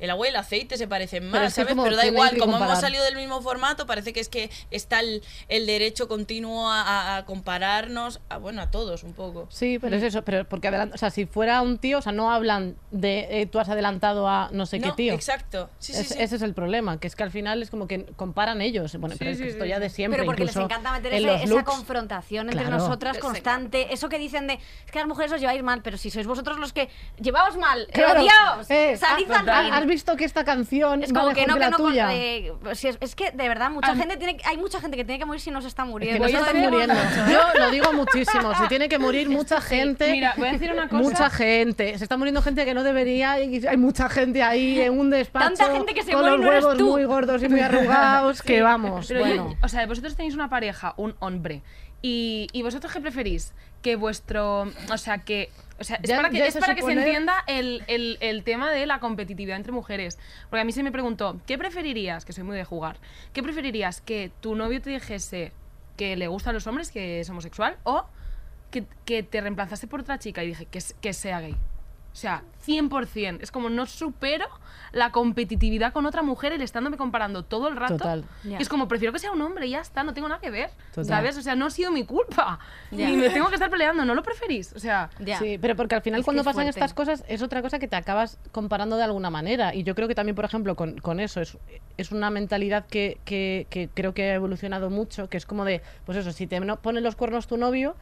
Speaker 5: El agua y el aceite se parecen más,
Speaker 3: Pero es que
Speaker 5: ¿sabes?
Speaker 3: como
Speaker 5: Pero da
Speaker 3: que no hay
Speaker 5: igual,
Speaker 3: que
Speaker 5: como
Speaker 3: comparar.
Speaker 5: hemos salido del mismo formato, parece que es que está el, el derecho continuo a, a- a compararnos, a, bueno, a todos un poco.
Speaker 3: Sí, pero es eso, pero porque adelan- o sea, si fuera un tío, o sea, no hablan de eh, tú has adelantado a no sé qué
Speaker 5: No,
Speaker 3: tío.
Speaker 5: Exacto. Sí, sí,
Speaker 3: Es-
Speaker 5: sí.
Speaker 3: Ese es el problema, que es que al final es como que comparan ellos. Bueno, pero es que
Speaker 4: sí,
Speaker 3: esto
Speaker 4: sí,
Speaker 3: ya
Speaker 4: sí.
Speaker 3: de siempre.
Speaker 2: Pero porque les
Speaker 3: incluso
Speaker 2: encanta meter
Speaker 3: en
Speaker 2: ese-
Speaker 3: los
Speaker 2: esa
Speaker 3: looks.
Speaker 2: confrontación entre
Speaker 3: Claro.
Speaker 2: nosotras
Speaker 4: Les
Speaker 2: constante. Eso que dicen de, es que las mujeres os lleváis mal, pero si sois vosotros los que llevaos mal,
Speaker 3: Claro.
Speaker 2: odiaos,
Speaker 3: Eh,
Speaker 2: salid
Speaker 3: ah,
Speaker 2: al
Speaker 3: ah,
Speaker 2: ring".
Speaker 3: ¿Has visto que esta canción
Speaker 2: Es
Speaker 3: va
Speaker 2: como
Speaker 3: mejor
Speaker 2: que no,
Speaker 3: la
Speaker 2: que no con-
Speaker 3: tuya?
Speaker 2: eh, si es, es que de verdad mucha
Speaker 4: Am-
Speaker 2: gente tiene que- hay mucha gente que tiene que morir si no se está
Speaker 3: Es que
Speaker 2: muriendo.
Speaker 3: no se
Speaker 4: Voy a
Speaker 3: están
Speaker 4: decir
Speaker 3: muriendo.
Speaker 4: una
Speaker 3: Yo lo digo muchísimo. Se tiene que morir mucha gente.
Speaker 4: Mira, voy a decir una cosa.
Speaker 3: Mucha gente. Se está muriendo gente que no debería y hay mucha gente ahí en un despacho
Speaker 2: Tanta gente que se
Speaker 3: con
Speaker 2: muere y
Speaker 3: los
Speaker 2: no eres
Speaker 3: huevos
Speaker 2: tú.
Speaker 3: muy gordos y muy arrugados que vamos,
Speaker 4: Pero yo-
Speaker 3: bueno.
Speaker 4: o sea, vosotros tenéis una pareja, un hombre, y, y vosotros qué preferís? Que vuestro, o sea, que, o sea, es
Speaker 3: Ya-
Speaker 4: para que,
Speaker 3: ya
Speaker 4: es
Speaker 3: se
Speaker 4: para que se
Speaker 3: supone-
Speaker 4: entienda el, el- el tema de la competitividad entre mujeres. Porque a mí se me preguntó, ¿qué preferirías? Que soy muy de jugar. ¿Qué preferirías? ¿Que tu novio te dijese que le gustan los hombres, que es homosexual, o que, que te reemplazase por otra chica? Y dije, que, s- que sea gay. O sea, 100%. Es como no supero la competitividad con otra mujer, el estándome comparando todo el rato.
Speaker 3: Total.
Speaker 2: Ya.
Speaker 4: Y es como, prefiero que sea un hombre, y ya está, no tengo nada que ver.
Speaker 3: Total.
Speaker 4: ¿Sabes? O sea, no ha sido mi culpa.
Speaker 2: Ya.
Speaker 4: Y me tengo que estar peleando, ¿no lo preferís? O sea,
Speaker 2: Ya.
Speaker 3: Sí, pero porque al final
Speaker 2: Es que
Speaker 3: cuando
Speaker 2: es
Speaker 3: pasan
Speaker 2: fuerte.
Speaker 3: estas cosas es otra cosa que te acabas comparando de alguna manera. Y yo creo que también, por ejemplo, con, con eso es, es una mentalidad que, que- que creo que ha evolucionado mucho, que es como de, pues eso, si te no- pone los cuernos tu novio,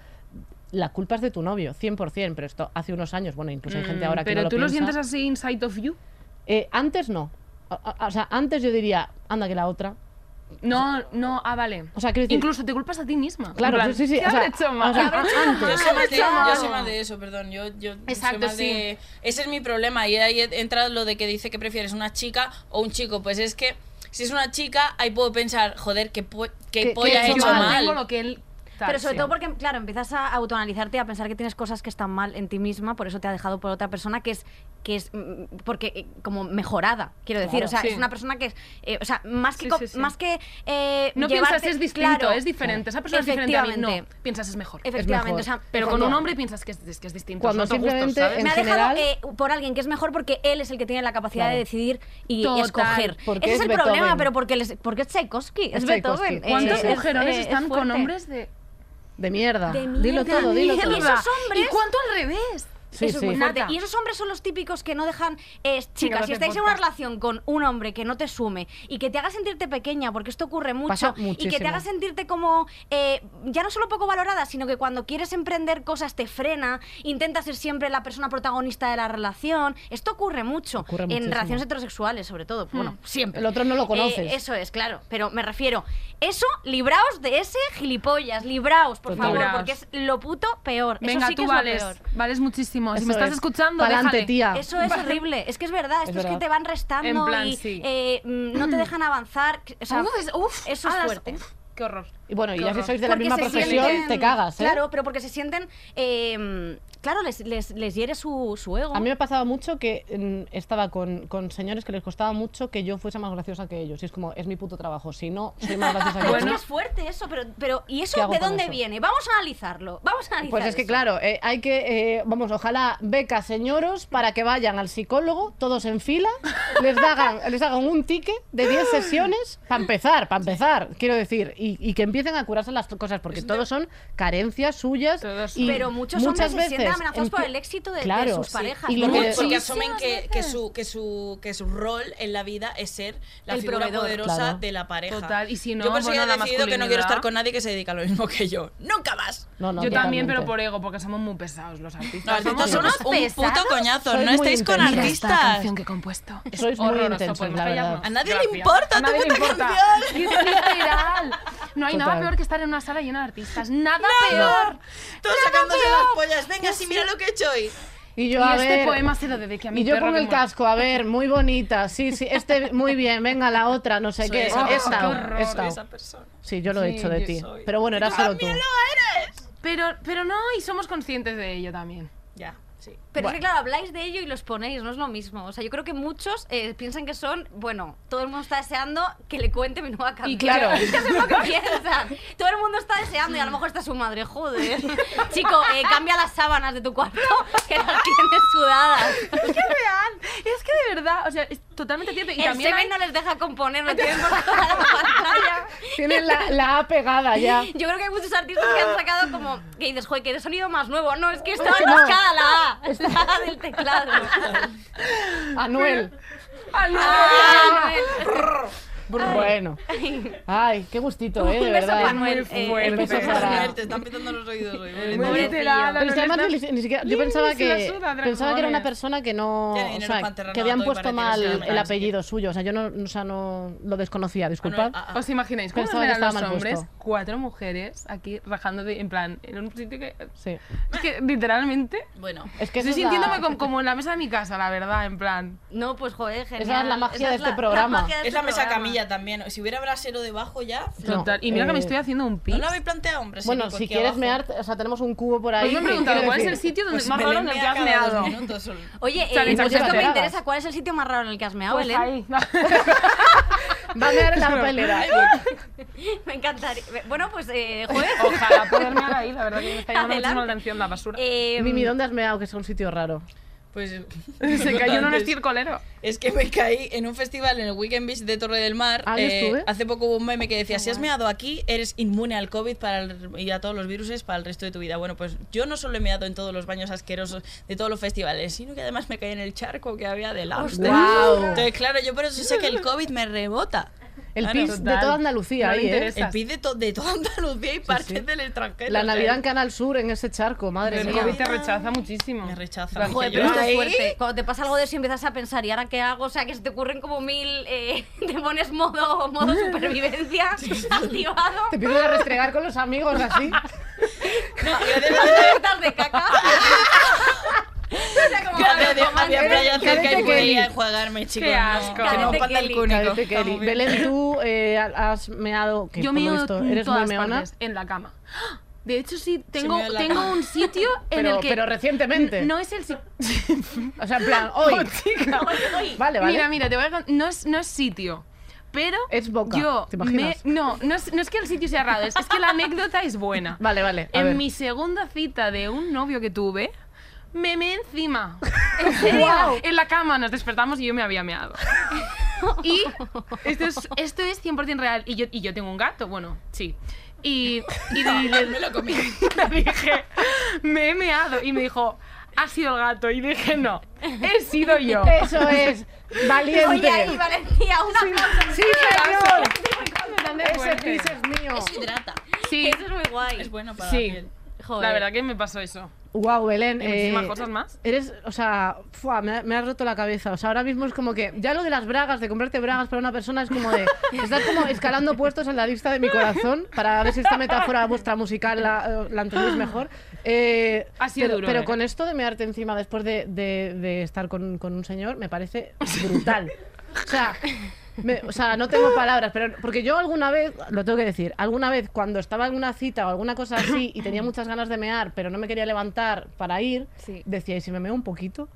Speaker 3: la culpa es de tu novio, 100%, pero esto hace unos años, bueno, incluso Pues hay gente
Speaker 4: mm,
Speaker 3: ahora que
Speaker 4: pero
Speaker 3: no lo
Speaker 4: tú lo
Speaker 3: piensa.
Speaker 4: sientes así inside of you.
Speaker 3: Eh, antes no. O, o- o sea, antes yo diría, anda que la otra.
Speaker 4: No, no, ah, vale.
Speaker 3: O sea, quiero decir-
Speaker 4: Incluso te culpas a ti misma.
Speaker 3: Claro,
Speaker 4: En plan,
Speaker 3: sí, sí,
Speaker 4: ¿qué
Speaker 3: o sea,
Speaker 4: habré hecho mal?
Speaker 3: o sea,
Speaker 4: ¿Qué habré hecho
Speaker 3: antes.
Speaker 4: mal?
Speaker 5: Yo soy, más de, yo soy
Speaker 4: mal?
Speaker 5: más de eso, perdón. Yo, yo
Speaker 4: Ah, Exacto,
Speaker 5: soy más
Speaker 4: sí.
Speaker 5: de- Ese es mi problema. Y ahí entra lo de que dice que prefieres una chica o un chico. Pues es que si es una chica, ahí puedo pensar, joder, qué, po- qué
Speaker 3: Que-
Speaker 5: polla
Speaker 3: que
Speaker 5: he
Speaker 3: yo
Speaker 5: hecho
Speaker 3: no
Speaker 5: mal.
Speaker 4: Tengo lo que él tal,
Speaker 2: Pero sobre
Speaker 4: sí.
Speaker 2: todo porque, claro, empiezas a autoanalizarte y a pensar que tienes cosas que están mal en ti misma, por eso te ha dejado por otra persona que es que es mm, porque eh, como mejorada quiero decir
Speaker 4: Claro.
Speaker 2: o sea
Speaker 4: Sí.
Speaker 2: es una persona que es eh, o sea más que
Speaker 4: Sí,
Speaker 2: co-
Speaker 4: sí, sí.
Speaker 2: más que eh,
Speaker 4: No
Speaker 2: llevarte-
Speaker 4: piensas es distinto,
Speaker 2: claro,
Speaker 4: es diferente. Esa persona es diferente a mí. No,
Speaker 2: Efectivamente.
Speaker 4: piensas es mejor.
Speaker 2: efectivamente o sea,
Speaker 4: Pero con
Speaker 2: cuando-
Speaker 4: un hombre piensas que es, es que es distinto.
Speaker 3: Cuando
Speaker 4: son otros gustos,
Speaker 3: simplemente
Speaker 4: ¿sabes?
Speaker 3: en
Speaker 2: me ha
Speaker 3: general-
Speaker 2: dejado eh, por alguien que es mejor porque él es el que tiene la capacidad
Speaker 3: Claro.
Speaker 2: de decidir y, y
Speaker 4: Total,
Speaker 2: escoger
Speaker 3: porque
Speaker 2: ese es
Speaker 3: es
Speaker 2: el
Speaker 3: Beethoven.
Speaker 2: problema pero porque les- porque es Tchaikovsky es,
Speaker 3: Es Tchaikovsky.
Speaker 2: Beethoven eh,
Speaker 4: ¿Cuántos
Speaker 2: es-
Speaker 4: mujerones
Speaker 2: eh, es
Speaker 4: están con
Speaker 2: fuerte.
Speaker 4: hombres de
Speaker 3: De mierda.
Speaker 2: De
Speaker 3: Dilo
Speaker 2: mierda,
Speaker 3: todo, dilo
Speaker 2: mierda.
Speaker 3: todo.
Speaker 2: Y esos hombres-
Speaker 4: ¿Y cuánto al revés?
Speaker 3: Sí,
Speaker 2: Eso es
Speaker 3: sí.
Speaker 2: muy fuerte.
Speaker 4: Marta.
Speaker 2: Y esos hombres son los típicos que no dejan eh, chicas.
Speaker 4: no
Speaker 2: Si
Speaker 4: hacen
Speaker 2: estáis en una
Speaker 4: podcast.
Speaker 2: relación con un hombre que no te sume y que te haga sentirte pequeña, porque esto ocurre mucho,
Speaker 3: Pasa
Speaker 2: y que te
Speaker 3: muchísimo.
Speaker 2: haga sentirte como eh, ya no solo poco valorada, sino que cuando quieres emprender cosas te frena, intenta ser siempre la persona protagonista de la relación. Esto ocurre mucho
Speaker 3: Ocurre
Speaker 2: en
Speaker 3: muchísimo. Mm.
Speaker 2: relaciones heterosexuales, sobre todo. Bueno, siempre.
Speaker 3: El otro no lo conoces.
Speaker 2: Eh, eso es, claro. Pero me refiero, eso, libraos de ese gilipollas, libraos, por
Speaker 3: Total.
Speaker 2: favor,
Speaker 4: Libraos.
Speaker 2: porque es lo puto peor. Eso
Speaker 4: Venga,
Speaker 2: sí que
Speaker 4: tú
Speaker 2: es lo
Speaker 4: vales.
Speaker 2: peor.
Speaker 4: Vales muchísimo. si
Speaker 3: Eso
Speaker 4: me estás
Speaker 3: es.
Speaker 4: escuchando,
Speaker 3: Pa'lante,
Speaker 4: déjale.
Speaker 3: tía.
Speaker 2: Eso es horrible. Es que es verdad. Esto es,
Speaker 3: verdad.
Speaker 2: que te van restando
Speaker 4: En plan,
Speaker 2: y
Speaker 4: sí.
Speaker 2: eh, mm, no te dejan avanzar. O sea,
Speaker 4: Uf, es- uf,
Speaker 2: eso es
Speaker 4: alas,
Speaker 2: fuerte.
Speaker 4: uf, qué horror.
Speaker 3: Y bueno, y
Speaker 4: Qué
Speaker 3: ya que
Speaker 4: horror.
Speaker 3: sois de la
Speaker 2: Porque
Speaker 3: misma
Speaker 2: se
Speaker 3: profesión,
Speaker 2: sienten-
Speaker 3: te cagas, ¿eh?
Speaker 2: Claro, pero porque se sienten. eh, claro, les, les, les hiere su, su ego.
Speaker 3: A mí me pasaba mucho que mm, estaba con, con señores que les costaba mucho que yo fuese más graciosa que ellos. Y es como, es mi puto trabajo. Si no, soy más graciosa que
Speaker 2: Pero es
Speaker 3: ellos.
Speaker 2: que es fuerte eso, pero, pero ¿y eso
Speaker 3: ¿Qué hago
Speaker 2: de
Speaker 3: con
Speaker 2: dónde
Speaker 3: eso?
Speaker 2: viene? Vamos a analizarlo. Vamos a analizar.
Speaker 3: Pues es que
Speaker 2: eso.
Speaker 3: claro, eh, hay que, eh, vamos, ojalá beca señoros para que vayan al psicólogo, todos en fila, les hagan, les hagan un ticket de 10 sesiones para empezar, para empezar, quiero decir, y, y que empiecen a curarse las cosas, porque todos son carencias suyas.
Speaker 4: Todos
Speaker 3: y
Speaker 2: Pero muchos
Speaker 3: muchas
Speaker 2: hombres se sienten
Speaker 3: veces
Speaker 2: amenazados por
Speaker 3: empie-
Speaker 2: el éxito de- de
Speaker 3: Claro,
Speaker 2: sus
Speaker 3: sí.
Speaker 2: parejas,
Speaker 3: Y
Speaker 2: ¿no?
Speaker 3: lo que
Speaker 5: Porque
Speaker 3: decís-
Speaker 5: asumen que, que su, que, su, que su rol en la vida es ser la
Speaker 2: El
Speaker 5: figura
Speaker 2: proveedor.
Speaker 5: poderosa
Speaker 3: Claro.
Speaker 5: de la pareja.
Speaker 4: Total, y si no,
Speaker 5: yo por eso
Speaker 4: bueno,
Speaker 5: ya
Speaker 4: la
Speaker 5: he decidido que no quiero
Speaker 4: masculinidad.
Speaker 5: estar con nadie que se dedica a lo mismo que yo. ¡Nunca más!
Speaker 3: No, no,
Speaker 4: Yo también, pero
Speaker 3: totalmente.
Speaker 4: por ego, porque somos muy pesados los artistas.
Speaker 5: Los artistas son
Speaker 4: Somos-
Speaker 5: unos un puto
Speaker 2: pesados.
Speaker 5: coñazo.
Speaker 3: Sois
Speaker 5: No
Speaker 3: muy
Speaker 5: estáis con
Speaker 3: intensos.
Speaker 4: Mira esta
Speaker 5: artistas.
Speaker 4: canción que he compuesto. Es
Speaker 3: Sois muy
Speaker 4: horroroso,
Speaker 3: intensos,
Speaker 4: podemos
Speaker 3: la verdad.
Speaker 4: callarnos.
Speaker 5: A nadie le
Speaker 4: Gracias.
Speaker 5: importa
Speaker 4: A nadie
Speaker 5: tu
Speaker 4: le
Speaker 5: puta
Speaker 4: importa.
Speaker 5: canción.
Speaker 4: Literal. No hay nada
Speaker 3: Total.
Speaker 4: peor que estar en una sala llena de artistas. Nada peor.
Speaker 5: Todos sacándose las pollas. Venga, sí, mira lo que he hecho hoy.
Speaker 3: Y
Speaker 4: Y
Speaker 3: yo, a
Speaker 4: este
Speaker 3: ver,
Speaker 4: poema se lo dediqué a mi
Speaker 3: Y yo
Speaker 4: perro
Speaker 3: pongo
Speaker 4: que
Speaker 3: el
Speaker 4: muere.
Speaker 3: casco, a ver, muy bonita, sí, sí, este, muy bien, venga, la otra, no sé qué,
Speaker 5: Soy
Speaker 4: Oh,
Speaker 5: esa
Speaker 3: esta,
Speaker 4: qué
Speaker 5: persona.
Speaker 4: horror,
Speaker 5: Soy
Speaker 3: esta.
Speaker 5: esa persona.
Speaker 3: Sí, yo lo he
Speaker 4: Sí,
Speaker 3: hecho de
Speaker 4: yo
Speaker 3: ti,
Speaker 5: soy.
Speaker 3: pero bueno, era
Speaker 5: ¡Tú
Speaker 3: solo tú.
Speaker 5: también lo eres!
Speaker 4: Pero, pero no, y somos conscientes de ello también.
Speaker 5: Ya, sí.
Speaker 2: Pero es que, claro, habláis de ello y los ponéis, no es lo mismo. O sea, yo creo que muchos eh, piensan que son, bueno, todo el mundo está deseando que le cuente mi nueva canción.
Speaker 4: claro.
Speaker 2: Eso es lo que piensan. Todo el mundo está deseando y a lo mejor está su madre, joder. Chico, eh, cambia las sábanas de tu cuarto que las tienes sudadas.
Speaker 4: Es que es real. Es que de verdad, o sea, es totalmente cierto. Y
Speaker 2: el
Speaker 4: también
Speaker 2: semen
Speaker 4: hay-
Speaker 2: no les deja componer, lo tienen por toda la pantalla.
Speaker 3: Tienen la, la A pegada ya.
Speaker 2: Yo creo que hay muchos artistas que han sacado como que dices, joder, que de sonido más nuevo. No, es que estaba
Speaker 3: Es que no.
Speaker 2: atascada la A, la A del teclado.
Speaker 3: Anuel.
Speaker 4: Ah, no.
Speaker 2: Ah, Manuel.
Speaker 3: Bueno. Ay, qué gustito, ¿eh? De
Speaker 2: Un beso
Speaker 3: verdad.
Speaker 2: para Manuel.
Speaker 4: muy
Speaker 2: eh,
Speaker 4: fuerte.
Speaker 2: un beso
Speaker 3: Besos
Speaker 5: Pero,
Speaker 2: para-
Speaker 3: para-
Speaker 5: Te están pitando los oídos hoy.
Speaker 4: Muy
Speaker 5: pobrecillo.
Speaker 2: literal.
Speaker 4: literal,
Speaker 3: Pero es que
Speaker 4: la
Speaker 3: además
Speaker 4: verdad.
Speaker 3: ni, ni siquiera.
Speaker 4: Ni-
Speaker 3: Yo
Speaker 4: ni
Speaker 3: pensaba
Speaker 4: se la
Speaker 3: que.
Speaker 4: suda, dragones.
Speaker 3: pensaba que era una persona que no.
Speaker 5: Tiene
Speaker 3: O
Speaker 5: dinero para
Speaker 3: sea,
Speaker 5: enterrar
Speaker 3: que habían
Speaker 5: todo y
Speaker 3: puesto
Speaker 5: para
Speaker 3: mal
Speaker 5: que no se
Speaker 3: el
Speaker 5: llame.
Speaker 3: apellido suyo. O sea, yo no, o sea, no lo desconocía, disculpad.
Speaker 5: Ah, no, ah,
Speaker 4: ¿Os imagináis cómo
Speaker 3: Pensaba que
Speaker 4: eran
Speaker 3: estaba
Speaker 4: los
Speaker 3: mal
Speaker 4: hombres?
Speaker 3: puesto.
Speaker 4: Cuatro mujeres aquí rajando de, en plan, en un sitio que...
Speaker 3: Sí.
Speaker 4: Es que literalmente...
Speaker 5: ah. Bueno,
Speaker 3: Es que esa
Speaker 4: Estoy
Speaker 3: es la-
Speaker 4: sintiéndome com- como en la mesa de mi casa, la verdad, en plan...
Speaker 2: No, pues joder, genial.
Speaker 3: Esa es la magia de este
Speaker 2: la
Speaker 3: programa.
Speaker 2: magia de
Speaker 5: es la
Speaker 2: este
Speaker 5: mesa
Speaker 2: programa.
Speaker 5: camilla también. Si hubiera brasero debajo ya.
Speaker 3: No,
Speaker 4: Total. Y mira que me
Speaker 3: eh,
Speaker 4: estoy haciendo un pis.
Speaker 5: ¿No lo habéis planteado, hombre?
Speaker 3: Bueno,
Speaker 5: Nico,
Speaker 3: si
Speaker 5: aquí
Speaker 3: quieres
Speaker 5: abajo.
Speaker 3: mear, o sea, tenemos un cubo por ahí.
Speaker 4: Pues me han
Speaker 3: que
Speaker 4: preguntado
Speaker 3: quiere
Speaker 4: cuál es
Speaker 3: decir-
Speaker 4: el sitio donde
Speaker 5: Pues
Speaker 4: más raro en el
Speaker 5: Belén
Speaker 4: que has
Speaker 5: mea cada dos
Speaker 4: meado.
Speaker 5: minutos solo.
Speaker 2: Oye, eh, pues
Speaker 4: Chale, chale,
Speaker 2: esto me
Speaker 3: chale.
Speaker 2: interesa. ¿Cuál es el sitio más raro en el que has meado,
Speaker 4: Pues
Speaker 2: Belén?
Speaker 4: ahí.
Speaker 3: Va a mear en la papelera.
Speaker 2: Me encantaría. Bueno, pues, eh, joder.
Speaker 4: Ojalá poder mear ahí, la verdad que me está llamando muchísimo la
Speaker 2: Adelante.
Speaker 4: atención la basura.
Speaker 2: Eh,
Speaker 3: Mimi, ¿dónde has meado? Que es un sitio raro.
Speaker 5: Pues
Speaker 4: Se cayó en un
Speaker 5: antes.
Speaker 4: estircolero.
Speaker 5: Es que me caí en un festival en el Weekend Beach de Torre del Mar. eh,
Speaker 3: Ah, yo estuve.
Speaker 5: hace poco hubo un meme que decía, si has meado aquí, eres inmune al COVID para el- y a todos los viruses para el resto de tu vida. Bueno, pues yo no solo he meado en todos los baños asquerosos de todos los festivales, sino que además me caí en el charco que había delante.
Speaker 3: Guau.
Speaker 5: Entonces, claro, yo por eso sé que el COVID me rebota.
Speaker 3: El
Speaker 5: Claro.
Speaker 3: pis de
Speaker 4: Total.
Speaker 3: toda Andalucía
Speaker 4: No le
Speaker 3: ahí, ¿eh?
Speaker 4: interesa.
Speaker 5: El PIB de, to- de toda Andalucía y partes
Speaker 3: sí.
Speaker 5: del extranjero.
Speaker 3: La
Speaker 5: o sea,
Speaker 3: Navidad en Canal Sur, en ese charco, madre
Speaker 4: Pero el
Speaker 3: mía.
Speaker 4: COVID te rechaza muchísimo.
Speaker 5: Me rechaza.
Speaker 4: Plan,
Speaker 2: Joder,
Speaker 5: Yo
Speaker 2: pero esto
Speaker 5: ahí-
Speaker 2: es fuerte. Cuando te pasa algo de eso y empiezas a pensar, ¿y ahora qué hago? O sea, que se te ocurren como mil. eh, te pones modo, modo supervivencia activado.
Speaker 3: Te pido de restregar con los amigos así.
Speaker 5: No, yo de-
Speaker 2: Las tortas de caca. sea, como
Speaker 5: Gracias, Dios,
Speaker 2: romántico.
Speaker 5: había playa cerca
Speaker 3: Cadete
Speaker 5: y podía
Speaker 3: Kelly.
Speaker 5: enjuagarme, chicos.
Speaker 4: Qué
Speaker 5: no,
Speaker 4: asco.
Speaker 5: que no
Speaker 2: Cadete
Speaker 5: falta el
Speaker 2: Kelly.
Speaker 5: cúnico.
Speaker 3: Cadete Kelly.
Speaker 5: Hombre.
Speaker 3: Belén, tú eh, has meado. que
Speaker 4: Yo
Speaker 3: por lo
Speaker 4: meo
Speaker 3: visto
Speaker 4: en
Speaker 3: eres muy
Speaker 4: todas
Speaker 3: meona.
Speaker 4: partes, en la cama. ¡Ah! De hecho, sí, tengo,
Speaker 5: meo en la
Speaker 4: tengo
Speaker 5: cama.
Speaker 4: un sitio en
Speaker 3: Pero,
Speaker 4: el que...
Speaker 3: pero recientemente.
Speaker 4: no es el sitio...
Speaker 3: O sea, en plan, hoy.
Speaker 4: Oh,
Speaker 3: Vale, vale.
Speaker 4: ¿eh? Mira, mira, te voy a... con- No es, no es sitio, pero...
Speaker 3: es boca.
Speaker 4: Yo
Speaker 3: ¿Te imaginas?
Speaker 4: me- no, no es, no es que el sitio sea raro, es, es que la anécdota es buena.
Speaker 3: Vale, vale. a
Speaker 4: en
Speaker 3: ver.
Speaker 4: mi segunda cita de un novio que tuve, me meé encima.
Speaker 3: Guau.
Speaker 4: En la cama nos despertamos y yo me había meado. Y esto es, esto es 100% real. Y yo, y yo tengo un gato, bueno, sí. Y, y le- le- le dije, me he meado. Y me dijo, ha sido el gato. Y dije, no, he sido yo.
Speaker 3: Eso es. Valiente.
Speaker 2: Oye, ahí, Valencia, un aplauso.
Speaker 3: Sí, señor. Ese
Speaker 4: fuerte.
Speaker 3: pis es mío.
Speaker 5: Eso hidrata.
Speaker 4: Sí,
Speaker 2: Eso es muy guay.
Speaker 5: Es bueno para
Speaker 4: Sí.
Speaker 5: la piel.
Speaker 2: Joder.
Speaker 4: la verdad que me pasó eso.
Speaker 3: Wow, Belén. eh,
Speaker 4: Y muchísimas cosas más.
Speaker 3: Eres, o sea, fua, me, ha- me has roto la cabeza. O sea, ahora mismo es como que ya lo de las bragas, de comprarte bragas para una persona es como de estás como escalando puestos en la lista de mi corazón para ver si esta metáfora vuestra musical la, eh, la entendéis mejor. Eh,
Speaker 4: Ha sido
Speaker 3: pero,
Speaker 4: duro,
Speaker 3: Pero
Speaker 4: eh.
Speaker 3: con esto de mearte encima después de, de- de estar con, con un señor me parece brutal. O sea, me- o sea, no tengo palabras, pero porque yo alguna vez, lo tengo que decir, alguna vez cuando estaba en una cita o alguna cosa así y tenía muchas ganas de mear, pero no me quería levantar para ir,
Speaker 2: Sí.
Speaker 3: decía, ¿y si me meo un poquito?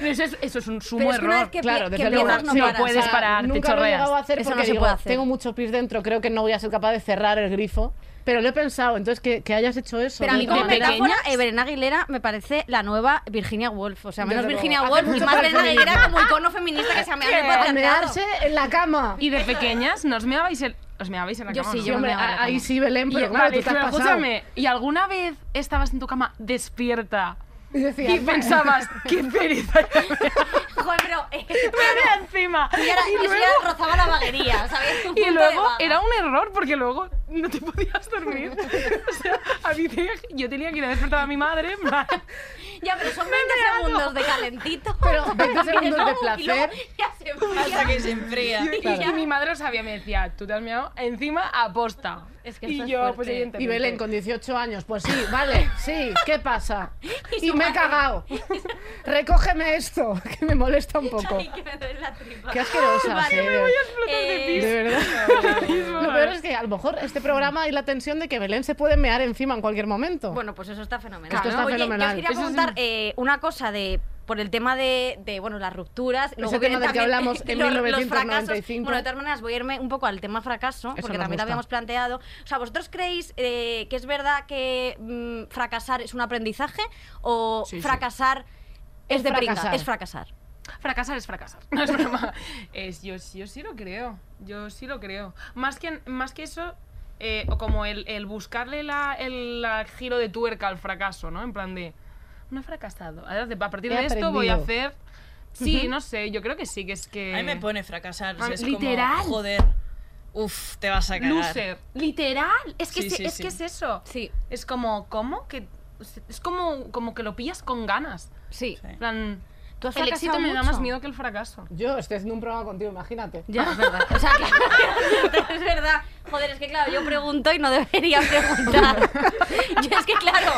Speaker 4: Eso es, eso es un
Speaker 2: Pero
Speaker 4: sumo
Speaker 2: es que una
Speaker 4: error.
Speaker 2: vez que
Speaker 3: claro,
Speaker 2: pie-
Speaker 3: desde
Speaker 2: que
Speaker 3: luego.
Speaker 2: empiezas no
Speaker 4: Sí,
Speaker 2: paras.
Speaker 4: puedes
Speaker 2: O sea,
Speaker 4: parar. te
Speaker 3: nunca lo he llegado a
Speaker 4: chorreas.
Speaker 3: hacer
Speaker 2: Eso no
Speaker 3: porque
Speaker 2: se
Speaker 3: digo,
Speaker 2: puede hacer.
Speaker 3: tengo mucho pis dentro, creo que no voy a ser capaz de cerrar el grifo, pero lo he pensado, entonces que, que hayas hecho eso.
Speaker 2: Pero a
Speaker 3: de-
Speaker 2: mí
Speaker 4: como
Speaker 2: como
Speaker 3: de-
Speaker 4: pequeña-
Speaker 2: metáfora, eh, Belén Aguilera me parece la nueva Virginia Woolf. O sea, menos
Speaker 3: Desde luego.
Speaker 2: Virginia
Speaker 3: Hace
Speaker 2: Woolf y
Speaker 3: mucho
Speaker 2: más
Speaker 3: para
Speaker 2: Belén
Speaker 3: el feminismo.
Speaker 2: Aguilera como icono feminista que se ha meado en el
Speaker 3: a
Speaker 2: patriarcado.
Speaker 3: mearse en la cama.
Speaker 4: Y de pequeñas, ¿nos meabais el, os meabais en la
Speaker 2: Yo
Speaker 4: cama?
Speaker 2: sí,
Speaker 4: o no?
Speaker 3: Sí,
Speaker 2: me
Speaker 3: hombre,
Speaker 2: meaba en la
Speaker 3: a-
Speaker 2: cama.
Speaker 3: ahí sí, Belén,
Speaker 4: Y-
Speaker 3: pero claro,
Speaker 4: vale,
Speaker 3: tú te has
Speaker 4: pero
Speaker 3: pasado.
Speaker 4: escúchame, ¿y alguna vez estabas en tu cama despierta
Speaker 3: Y decía,
Speaker 4: y pensabas, qué pereza,
Speaker 2: Joder, pero... eh,
Speaker 4: me ve encima?
Speaker 2: Y ahora
Speaker 4: Y
Speaker 2: y eso
Speaker 4: luego,
Speaker 2: ya rozaba la vaguería, ¿sabes? Un
Speaker 4: y
Speaker 2: punto de
Speaker 4: luego
Speaker 2: vaga.
Speaker 4: era un error porque luego no te podías dormir. O sea, a mí tenía que- yo tenía que ir a despertar a mi madre. en plan,
Speaker 2: Ya, pero son 20 segundos de calentito.
Speaker 3: Pero 20
Speaker 2: Y
Speaker 3: segundos de
Speaker 2: luego- y luego
Speaker 3: placer.
Speaker 2: ya se enfría.
Speaker 5: Hasta que se enfría.
Speaker 4: Y,
Speaker 3: Claro.
Speaker 4: y mi madre lo sabía, me decía, tú te has meado encima aposta.
Speaker 2: Es que
Speaker 4: y
Speaker 2: eso es
Speaker 4: yo, pues
Speaker 2: fuerte.
Speaker 4: evidentemente.
Speaker 3: Y Belén con 18 años, pues sí, vale, sí, ¿qué pasa?
Speaker 2: Y
Speaker 3: Y
Speaker 2: su
Speaker 3: me he
Speaker 2: madre.
Speaker 3: cagado. Recógeme esto, que me molesta un poco.
Speaker 2: Ay, que me duele la tripa.
Speaker 3: Qué asquerosa.
Speaker 2: Vale,
Speaker 3: ¿eh?
Speaker 2: Eh,
Speaker 3: De verdad. Lo peor es que a lo mejor este programa hay la tensión de que Belén se puede mear encima en cualquier momento.
Speaker 2: Bueno, pues eso está fenomenal.
Speaker 3: Esto está
Speaker 2: Oye, yo
Speaker 3: fenomenal.
Speaker 2: os quería
Speaker 4: Eso es
Speaker 2: preguntar
Speaker 4: un-
Speaker 2: eh, una cosa de por el tema de, de, bueno, las rupturas. luego
Speaker 3: tema
Speaker 2: vienen
Speaker 3: del que
Speaker 2: también
Speaker 3: hablamos en
Speaker 2: los- los
Speaker 3: 1995.
Speaker 2: fracasos. Bueno, de todas maneras, voy a irme un poco al tema fracaso, porque
Speaker 3: nos
Speaker 2: también
Speaker 3: gusta.
Speaker 2: lo habíamos planteado. O sea, ¿vosotros creéis eh, que es verdad que mm, fracasar es un aprendizaje o
Speaker 4: Sí, sí.
Speaker 2: fracasar es,
Speaker 3: Es
Speaker 2: de
Speaker 3: fracasar.
Speaker 2: pringa? Es fracasar.
Speaker 4: Fracasar es fracasar, no es broma. Es, yo, yo sí lo creo, yo sí lo creo. Más que, más que eso, eh, o como el, el buscarle la, el la giro de tuerca al fracaso, ¿no? En plan de, no he fracasado. A ver, A partir
Speaker 3: He
Speaker 4: de esto voy a
Speaker 3: aprendido.
Speaker 4: hacer... Sí, no sé, yo creo que sí, que es que...
Speaker 5: A mí me pone fracasar.
Speaker 4: Ah,
Speaker 5: es
Speaker 4: literal.
Speaker 5: Como, joder. Uf, te vas a cagar.
Speaker 4: Loser. Literal. Es que,
Speaker 5: Sí,
Speaker 4: se-
Speaker 5: sí,
Speaker 4: es,
Speaker 5: sí.
Speaker 4: que es eso.
Speaker 2: Sí,
Speaker 4: Es como, ¿cómo? Que, es como, como que lo pillas con ganas.
Speaker 2: sí.
Speaker 5: Sí.
Speaker 4: En plan,
Speaker 2: ¿Tú has
Speaker 4: el
Speaker 2: fracasado
Speaker 4: éxito me da
Speaker 2: mucho?
Speaker 4: más miedo que el fracaso.
Speaker 3: Yo estoy haciendo un programa contigo, imagínate.
Speaker 2: Ya, es verdad. O sea, claro, es verdad. Joder, es que claro, yo pregunto y no debería preguntar. Yo es que claro,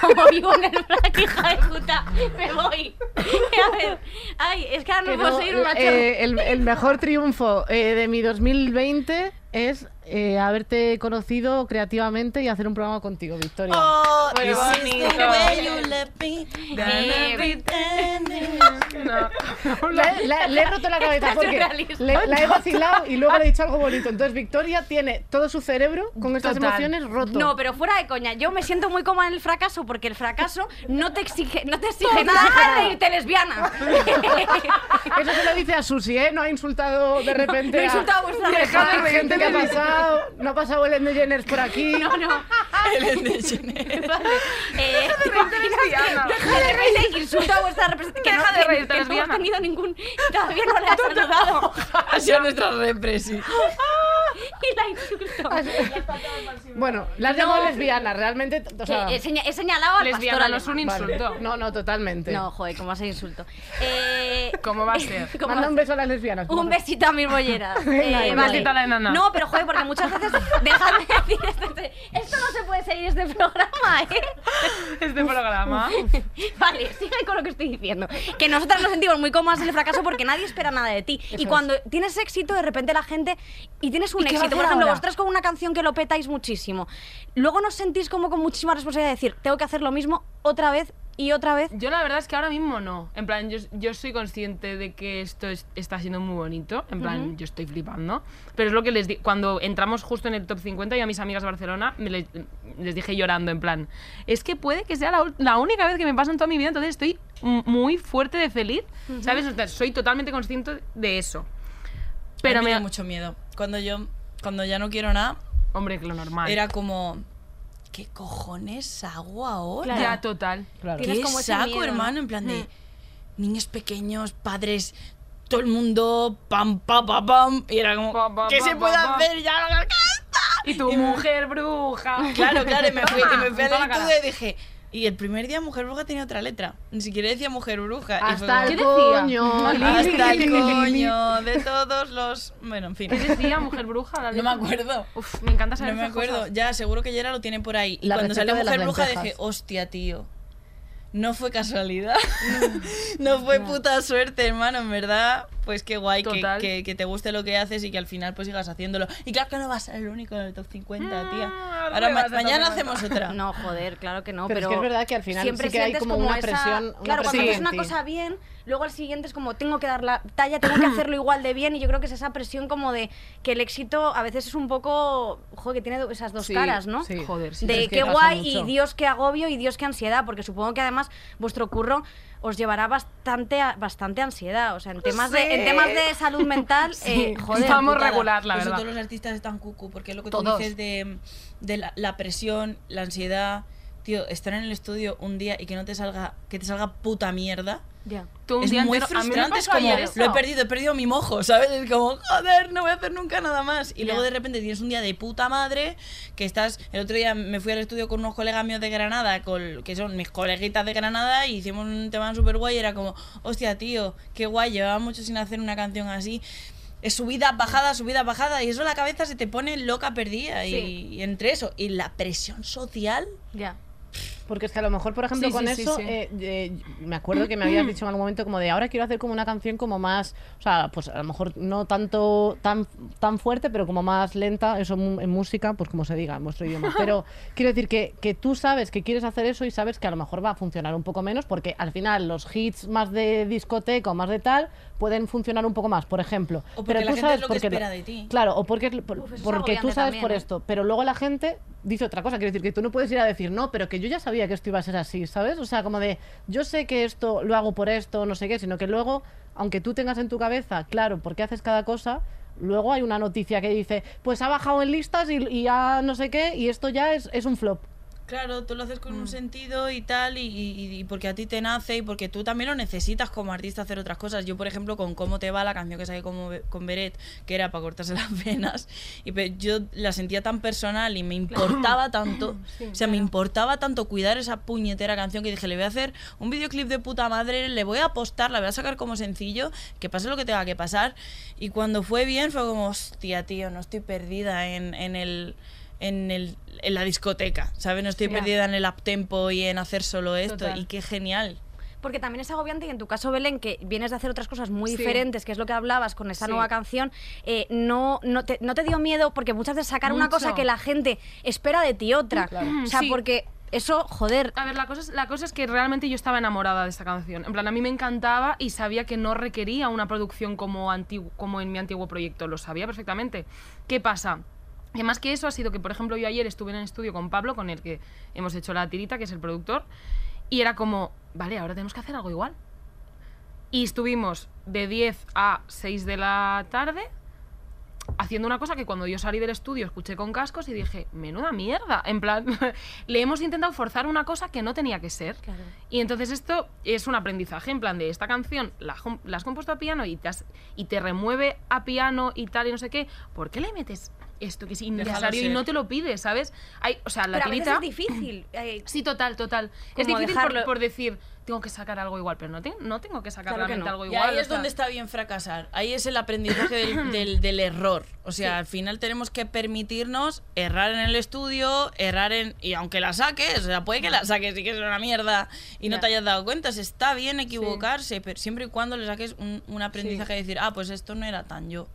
Speaker 2: como vivo en el frac, hija de puta, me voy. A ver, ay, es que ahora
Speaker 3: Que
Speaker 2: no
Speaker 3: no,
Speaker 2: puedo seguir macho.
Speaker 3: eh, el, el mejor triunfo eh, de mi 2020 es eh, haberte conocido creativamente y hacer un programa contigo, Victoria.
Speaker 5: Oh,
Speaker 4: Qué
Speaker 5: this is the
Speaker 4: bonito.
Speaker 5: way you left me,
Speaker 2: Eh,
Speaker 5: everything.
Speaker 4: No.
Speaker 3: Le, le- le he roto la cabeza
Speaker 2: Estás
Speaker 3: porque
Speaker 2: surrealista.
Speaker 3: le- la he vacilado y luego le he dicho algo bonito. Entonces Victoria tiene todo su cerebro con estas
Speaker 4: Total.
Speaker 3: emociones roto.
Speaker 2: No, pero fuera de coña, yo me siento muy cómoda en el fracaso porque el fracaso no te exige, no te exige nada de irte lesbiana.
Speaker 3: Eso se lo dice a Susi, ¿eh? No ha insultado de repente
Speaker 2: no he
Speaker 3: a-
Speaker 2: insultado a vuestra
Speaker 3: Dejad
Speaker 2: mujer.
Speaker 3: de gente que ha pasado, no ha pasado el Jenner por aquí.
Speaker 2: No, no.
Speaker 5: Ellen DeGeneres.
Speaker 2: Vale. Eh,
Speaker 4: lesbiana.
Speaker 2: Deja de reírte, insulta a vuestra representante.
Speaker 4: Deja de
Speaker 2: que
Speaker 4: reírte,
Speaker 2: no hemos
Speaker 4: lesbiana.
Speaker 2: tenido ningún. Todavía no la has saludado.
Speaker 5: Ha sido nuestra repre, sí.
Speaker 2: Y y la insulto.
Speaker 3: Bueno, las llamo lesbianas, realmente. O sea,
Speaker 2: Que he, seña- he señalado al pastor
Speaker 4: Lesbiana no es un
Speaker 2: alemán.
Speaker 3: vale.
Speaker 4: insulto.
Speaker 3: No, no, totalmente.
Speaker 2: No, joder, ¿cómo va a ser insulto? Eh,
Speaker 4: ¿Cómo va a ser?
Speaker 2: ¿cómo va
Speaker 3: Manda
Speaker 2: a
Speaker 3: un beso a las lesbianas. por
Speaker 2: Un
Speaker 3: favor.
Speaker 2: besito a mis bolleras.
Speaker 4: Un besito a la enana.
Speaker 2: No, pero joder, porque muchas veces. Dejadme decir esto. Esto no se puede seguir este programa, ¿eh?
Speaker 4: Este programa.
Speaker 2: Vale, sigan con lo que estoy diciendo. Que nosotras nos sentimos muy cómodas en el fracaso porque nadie espera nada de ti. y cuando tienes éxito, de repente la gente. Y tienes un
Speaker 3: ¿Y qué va a
Speaker 2: éxito. Por
Speaker 3: hacer
Speaker 2: ejemplo,
Speaker 3: ahora?
Speaker 2: vosotras con una canción que lo petáis muchísimo. Luego nos sentís como con muchísima responsabilidad de decir, tengo que hacer lo mismo otra vez y otra vez.
Speaker 4: Yo la verdad es que ahora mismo no. En plan, yo, yo soy consciente de que esto es- está siendo muy bonito. En plan, yo estoy flipando. Pero es lo que les di Cuando entramos justo en el top 50 y a mis amigas de Barcelona me les, les dije llorando, en plan, es que puede que sea la, ul- la única vez que me pasa en toda mi vida, entonces estoy m- muy fuerte de feliz. ¿Sabes? O sea, soy totalmente consciente de eso. Pero
Speaker 5: A mí
Speaker 4: me...
Speaker 5: da mucho miedo. Cuando yo, cuando ya no quiero nada,
Speaker 4: Hombre, que lo normal.
Speaker 5: era como, ¿qué cojones hago ahora?
Speaker 2: Claro.
Speaker 4: Ya, total.
Speaker 3: Claro.
Speaker 2: Tienes
Speaker 5: ¿Qué
Speaker 2: como ese
Speaker 5: saco,
Speaker 2: miedo, ¿no?
Speaker 5: hermano? En plan de
Speaker 4: Mm.
Speaker 5: niños pequeños, padres, todo el mundo, pam, pam, pam, pam. Y era como,
Speaker 4: Pa, pa,
Speaker 5: ¿qué
Speaker 4: pa,
Speaker 5: se
Speaker 4: pa,
Speaker 5: puede
Speaker 4: pa.
Speaker 5: hacer ya? no alcanza".
Speaker 4: Y tu mujer bruja.
Speaker 5: Claro, claro, y me fui, y
Speaker 3: Ah,
Speaker 5: me fui a
Speaker 4: Toma,
Speaker 5: la
Speaker 4: en toda la
Speaker 5: YouTube y dije... Y el primer día Mujer Bruja tenía otra letra. Ni siquiera decía Mujer Bruja. Y fue
Speaker 3: Hasta
Speaker 5: como,
Speaker 3: el
Speaker 4: ¿Qué decía?
Speaker 3: coño.
Speaker 5: hasta
Speaker 3: Lili.
Speaker 5: el coño de todos los... Bueno, en fin.
Speaker 4: ¿Qué decía, mujer bruja? La
Speaker 5: No me
Speaker 4: letra.
Speaker 5: acuerdo.
Speaker 4: Uf, me encanta saber
Speaker 5: No me
Speaker 4: esas
Speaker 5: acuerdo,
Speaker 4: cosas.
Speaker 5: ya seguro que Yera lo tiene por ahí. Y
Speaker 3: La
Speaker 5: cuando
Speaker 3: receta
Speaker 5: salió
Speaker 3: de las
Speaker 5: Mujer Bruja
Speaker 3: lentejas.
Speaker 5: dije, hostia, tío. No fue casualidad.
Speaker 3: Mm.
Speaker 5: no fue puta suerte, hermano. En verdad, pues qué guay que,
Speaker 4: Total.
Speaker 5: que- que te guste lo que haces y que al final pues sigas haciéndolo. Y claro que no vas a ser el único en el top 50, tía.
Speaker 4: Ah,
Speaker 5: Ahora
Speaker 4: no
Speaker 5: ma-
Speaker 4: vas a ser
Speaker 5: mañana
Speaker 4: top 50.
Speaker 5: hacemos otra.
Speaker 2: No, joder, claro que no.
Speaker 3: Pero
Speaker 2: Pero,
Speaker 3: es que es verdad que al final
Speaker 2: siempre
Speaker 3: sí que hay
Speaker 2: sientes
Speaker 3: como una
Speaker 2: esa-
Speaker 3: presión- una
Speaker 2: claro, cuando
Speaker 3: presión
Speaker 2: haces
Speaker 3: en
Speaker 2: una
Speaker 3: ti.
Speaker 2: cosa bien, luego al siguiente es como tengo que dar la talla, tengo que hacerlo igual de bien. Y yo creo que es esa presión como de que el éxito a veces es un poco. Joder, que tiene do- esas dos
Speaker 3: Sí,
Speaker 2: caras, ¿no?
Speaker 3: sí.
Speaker 4: Joder, sí.
Speaker 2: De
Speaker 3: es que
Speaker 2: qué
Speaker 3: pasa
Speaker 2: guay
Speaker 3: mucho.
Speaker 2: y Dios qué agobio y Dios qué ansiedad, porque supongo que además vuestro curro os llevará bastante a- bastante ansiedad, o sea, en temas de en temas de salud mental, eh, joder,
Speaker 4: Estamos
Speaker 5: putada.
Speaker 4: regular, la
Speaker 5: Por eso
Speaker 4: verdad.
Speaker 5: Pues todos los artistas están cucu, porque es lo que
Speaker 4: Todos.
Speaker 5: tú dices de, de la, la presión, la ansiedad. Tío, estar en el estudio un día y que no te salga, que te salga puta mierda.
Speaker 2: ya.
Speaker 4: Tú un
Speaker 5: es
Speaker 4: día
Speaker 5: muy
Speaker 4: entero- a mí me
Speaker 5: frustrante, es
Speaker 4: pasó
Speaker 5: como,
Speaker 4: ayer eso.
Speaker 5: lo he perdido, he perdido mi mojo, ¿sabes? Es como, joder, no voy a hacer nunca nada más. Y luego de repente tienes un día de puta madre, que estás, el otro día me fui al estudio con unos colegas míos de Granada, col- que son mis coleguitas de Granada, y hicimos un tema súper guay, y era como, hostia, tío, qué guay, llevaba mucho sin hacer una canción así. Es subida, bajada, subida, bajada, y eso la cabeza se te pone loca perdida, y-
Speaker 2: Sí.
Speaker 5: y, entre eso, y la presión social,
Speaker 2: Ya.
Speaker 3: Porque es que a lo mejor, por ejemplo,
Speaker 4: Sí,
Speaker 3: con
Speaker 4: sí, sí,
Speaker 3: eso,
Speaker 4: sí.
Speaker 3: eh, eh, me acuerdo que me habías dicho en algún momento como de ahora quiero hacer como una canción como más, o sea, pues a lo mejor no tanto tan, tan fuerte, pero como más lenta, eso mu- en música, pues como se diga en vuestro idioma. Pero quiero decir que, que tú sabes que quieres hacer eso y sabes que a lo mejor va a funcionar un poco menos, porque al final los hits más de discoteca o más de tal pueden funcionar un poco más, por ejemplo.
Speaker 5: O porque
Speaker 3: pero
Speaker 5: la
Speaker 3: tú
Speaker 5: gente es
Speaker 3: sabes
Speaker 5: lo que
Speaker 3: porque
Speaker 5: espera de ti.
Speaker 3: Claro, o porque, por-
Speaker 2: Uf, eso es
Speaker 3: porque tú
Speaker 2: agobiante
Speaker 3: sabes
Speaker 2: también,
Speaker 3: por
Speaker 2: ¿eh?
Speaker 3: esto esto, pero luego la gente dice otra cosa, quiere decir que tú no puedes ir a decir no, pero que yo ya sabía que esto iba a ser así, ¿sabes? O sea, como de yo sé que esto lo hago por esto, no sé qué, sino que luego, aunque tú tengas en tu cabeza, claro, por qué haces cada cosa, luego hay una noticia que dice, pues ha bajado en listas y, y ha no sé qué, y esto ya es, es un flop.
Speaker 5: Claro, tú lo haces con un sentido y tal, y, y- y porque a ti te nace y porque tú también lo necesitas como artista hacer otras cosas. Yo, por ejemplo, con Cómo te va, la canción que saqué como, con Beret, que era para cortarse las venas, y pe- yo la sentía tan personal y me importaba tanto, o sea, me importaba tanto cuidar esa puñetera canción que dije, le voy a hacer un videoclip de puta madre, le voy a apostar, la voy a sacar como sencillo, que pase lo que tenga que pasar. Y cuando fue bien, fue como, hostia, tío, no estoy perdida en, en el en, el, en la discoteca, ¿sabes? No estoy perdida en el uptempo y en hacer solo esto.
Speaker 4: Total.
Speaker 5: Y qué genial.
Speaker 2: Porque también es agobiante y en tu caso, Belén, que vienes de hacer otras cosas muy
Speaker 4: Sí.
Speaker 2: diferentes, que es lo que hablabas con esta
Speaker 4: Sí.
Speaker 2: nueva canción, eh, no, no, te, no te dio miedo porque muchas veces sacar una cosa
Speaker 4: Mucho.
Speaker 2: que la gente espera de ti otra. O sea,
Speaker 4: Sí.
Speaker 2: porque eso, joder,
Speaker 4: A ver, la cosa, es, la cosa es que realmente yo estaba enamorada de esta canción. En plan, a mí me encantaba y sabía que no requería una producción como, antiguo, como en mi antiguo proyecto. Lo sabía perfectamente. ¿Qué pasa? Que más que eso ha sido que, por ejemplo, yo ayer estuve en el estudio con Pablo, con el que hemos hecho la tirita, que es el productor, y era como, vale, ahora tenemos que hacer algo igual. Y estuvimos de 10 a 6 de la tarde haciendo una cosa que cuando yo salí del estudio escuché con cascos y dije, menuda mierda. En plan, le hemos intentado forzar una cosa que no tenía que ser.
Speaker 2: Claro.
Speaker 4: Y entonces esto es un aprendizaje, en plan de esta canción la, jom- la has compuesto a piano y te, has- y te remueve a piano y tal y no sé qué. ¿Por qué le metes esto que es innecesario y
Speaker 5: ser.
Speaker 4: no te lo pides, ¿sabes? Hay, o sea, la
Speaker 2: Pero a veces
Speaker 4: tirita...
Speaker 2: es difícil. eh,
Speaker 4: Sí, total, total.
Speaker 2: Como
Speaker 4: es difícil por-
Speaker 2: dejarlo-
Speaker 4: por, decir, tengo que sacar algo igual, pero no, te- no tengo que sacar
Speaker 2: Claro que
Speaker 4: realmente
Speaker 2: no.
Speaker 4: algo
Speaker 5: Y
Speaker 4: Pues igual.
Speaker 5: ahí
Speaker 4: o
Speaker 5: es
Speaker 4: sea,
Speaker 5: donde está bien fracasar. Ahí es el aprendizaje del, del- del error. O sea, al final tenemos que permitirnos errar en el estudio, errar en. Y aunque la saques, o sea, puede que la saques y que es una mierda y no
Speaker 4: Ya.
Speaker 5: te hayas dado cuenta. se Está bien equivocarse, pero siempre y cuando le saques un, un aprendizaje de decir, ah, pues esto no era tan yo.